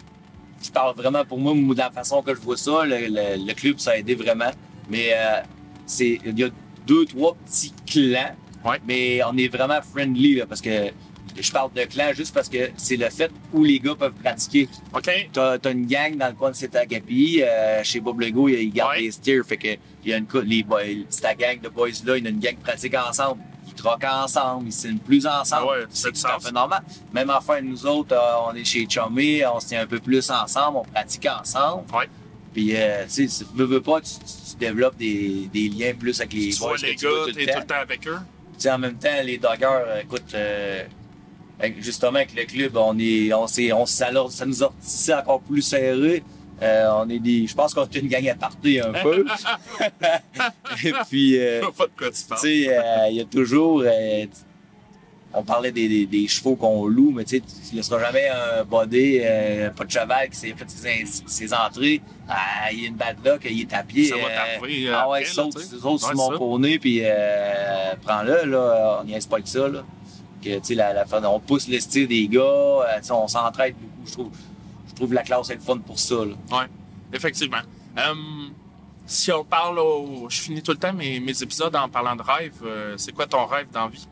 Speaker 3: je parle vraiment pour moi, moi, de la façon que je vois ça. Le, le- le club, ça a aidé vraiment. Mais euh, c'est il y a deux, trois petits clans.
Speaker 2: Ouais.
Speaker 3: Mais on est vraiment friendly là, parce que je parle de clan juste parce que c'est le fait où les gars peuvent pratiquer.
Speaker 2: OK?
Speaker 3: T'as t'as une gang dans le coin de Setagapi. Euh, chez Bob Legault, ils ils gardent
Speaker 2: Ouais.
Speaker 3: les steers. Fait que il y a une cou- les boys, ta gang de boys là, il y a une gang qui pratique ensemble. Ils troquent ensemble, ils signent plus ensemble.
Speaker 2: Ah ouais, ça a
Speaker 3: c'est
Speaker 2: du
Speaker 3: tout à
Speaker 2: sens.
Speaker 3: fait normal. Même enfin, nous autres, euh, on est chez Chummy, on se tient un peu plus ensemble, on pratique ensemble.
Speaker 2: Ouais.
Speaker 3: Puis, euh, tu sais, si tu veux, veux pas, tu, tu- tu développes des, des liens plus avec les
Speaker 2: tu
Speaker 3: boys.
Speaker 2: vois
Speaker 3: que
Speaker 2: les
Speaker 3: tu vois
Speaker 2: gars,
Speaker 3: tout le
Speaker 2: t'es
Speaker 3: temps.
Speaker 2: tout le temps avec eux.
Speaker 3: Tu sais, en même temps, les doggers, euh, écoute, euh, avec- justement, avec le club, on est, on s'est, on s'est- alors, ça nous a retissé encore plus serré. Euh, on est des, je pense qu'on est une gang à parter un
Speaker 2: <laughs>
Speaker 3: peu. Et puis, euh,
Speaker 2: Je sais pas de quoi tu
Speaker 3: tu
Speaker 2: parles.
Speaker 3: sais, euh, il y a toujours, euh, on parlait des, des, des chevaux qu'on loue, mais tu sais, tu- tu laisseras jamais un body, euh, pas de cheval qui s'est fait ses, ses entrées. Ah, il y a une bad luck, il est à pied.
Speaker 2: Ça va
Speaker 3: euh,
Speaker 2: t'arriver, euh,
Speaker 3: ah ouais,
Speaker 2: après, là,
Speaker 3: saute,
Speaker 2: tu sais.
Speaker 3: saute
Speaker 2: Ouais,
Speaker 3: sur mon
Speaker 2: ça.
Speaker 3: poney, puis euh, prends-le, là, on n'y pas que ça, là. Que, tu sais, la, la, on pousse le style des gars, euh, tu sais, on s'entraide beaucoup, je trouve. Je trouve la classe est le fun pour ça, là.
Speaker 2: Ouais, effectivement. Euh, si on parle au. Je finis tout le temps mes, mes épisodes en parlant de rêve. euh, c'est quoi ton rêve dans la vie?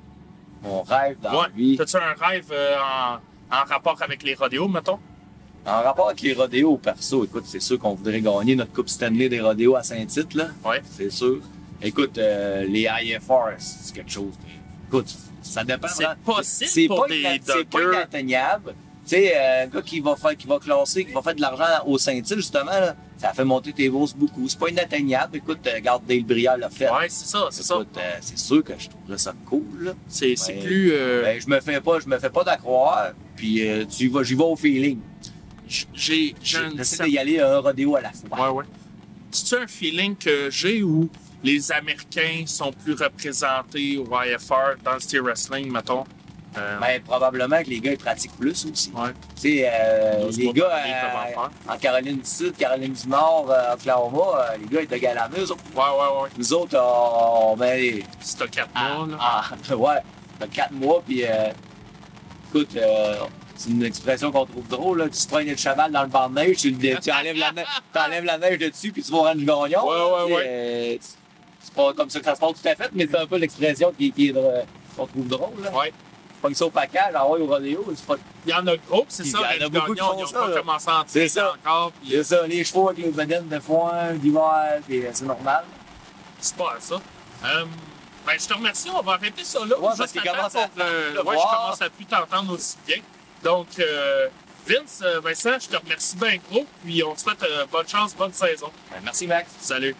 Speaker 3: Mon rêve dans la
Speaker 2: ouais.
Speaker 3: vie.
Speaker 2: T'as-tu un rêve euh, en, en rapport avec les rodéos, mettons?
Speaker 3: En rapport avec les rodéos perso, écoute, c'est sûr qu'on voudrait gagner notre Coupe Stanley des rodéos à Saint-Tite, là.
Speaker 2: Ouais.
Speaker 3: C'est sûr. Écoute, euh, les IFR, c'est quelque chose. Écoute, ça dépend.
Speaker 2: C'est
Speaker 3: vraiment.
Speaker 2: possible
Speaker 3: C'est
Speaker 2: pour
Speaker 3: pas
Speaker 2: des
Speaker 3: inatte- C'est pas
Speaker 2: dockers.
Speaker 3: inatteignable. Tu sais, euh, un gars qui va faire, qui va classer, qui va faire de l'argent au Saint-Tite, justement, là, ça fait monter tes bourses beaucoup. C'est pas inatteignable. Écoute, euh, regarde, Dale Brière l'a fait.
Speaker 2: Ouais, c'est ça, c'est ça.
Speaker 3: Écoute, euh, c'est sûr que je trouverais ça cool, là.
Speaker 2: C'est c'est
Speaker 3: ben,
Speaker 2: plus. euh,
Speaker 3: Ben, je me fais pas, je me fais pas d'accroire, puis euh, tu y vas, j'y vais au feeling.
Speaker 2: j- j'ai j'ai un
Speaker 3: J'essaie d'y aller à un rodéo à la fois.
Speaker 2: Ouais, ouais. C'est-tu un feeling que j'ai où les Américains sont plus représentés au IFR dans le steer wrestling, mettons? Euh,
Speaker 3: Mais Ben, probablement que les gars, ils pratiquent plus aussi.
Speaker 2: ouais.
Speaker 3: Tu sais, euh,
Speaker 2: Douze
Speaker 3: les
Speaker 2: mois
Speaker 3: gars
Speaker 2: par année, ils peuvent en
Speaker 3: euh, en Caroline du Sud, Caroline du Nord, euh, Oklahoma, euh, les gars, ils te galameux. Nous autres,
Speaker 2: Ouais, ouais, ouais.
Speaker 3: nous autres, on, on met les-
Speaker 2: Si t'as quatre
Speaker 3: ah,
Speaker 2: mois, là.
Speaker 3: ah, <laughs> ouais, t'as quatre mois, puis euh, écoute, euh, c'est une expression qu'on trouve drôle, là. tu te prends le cheval dans le banc de neige, tu, le- tu enlèves, la neige, enlèves la neige de dessus, puis tu vas rendre le gagnon.
Speaker 2: Ouais, ouais,
Speaker 3: là, tu sais, euh, c'est- c'est pas comme ça que ça se passe tout à fait, mais c'est un peu l'expression qui, qui est dr- qu'on trouve drôle. Là.
Speaker 2: Ouais.
Speaker 3: Pas que ça au package, envoie au rodéo, c'est pas
Speaker 2: Il y en a gros, c'est
Speaker 3: Il
Speaker 2: ça.
Speaker 3: y en a
Speaker 2: Red
Speaker 3: beaucoup qui
Speaker 2: Gagnon,
Speaker 3: font
Speaker 2: ils ont
Speaker 3: ça,
Speaker 2: pas
Speaker 3: là.
Speaker 2: commencé à
Speaker 3: C'est ça.
Speaker 2: encore. puis
Speaker 3: Il y a ça, les chevaux avec les bedaines de foin, d'hiver, puis euh, c'est normal.
Speaker 2: C'est pas ça. Euh, ben, je te remercie. On va arrêter ça là.
Speaker 3: Ouais, parce
Speaker 2: Juste
Speaker 3: qu'il
Speaker 2: à temps
Speaker 3: commence à-
Speaker 2: pour, euh, ouais,
Speaker 3: le
Speaker 2: je
Speaker 3: voir.
Speaker 2: commence à plus t'entendre aussi bien. Donc, euh, Vince, euh, Vincent, je te remercie bien gros. Puis on te souhaite euh, bonne chance, bonne saison.
Speaker 3: Ben, merci Max.
Speaker 2: Salut.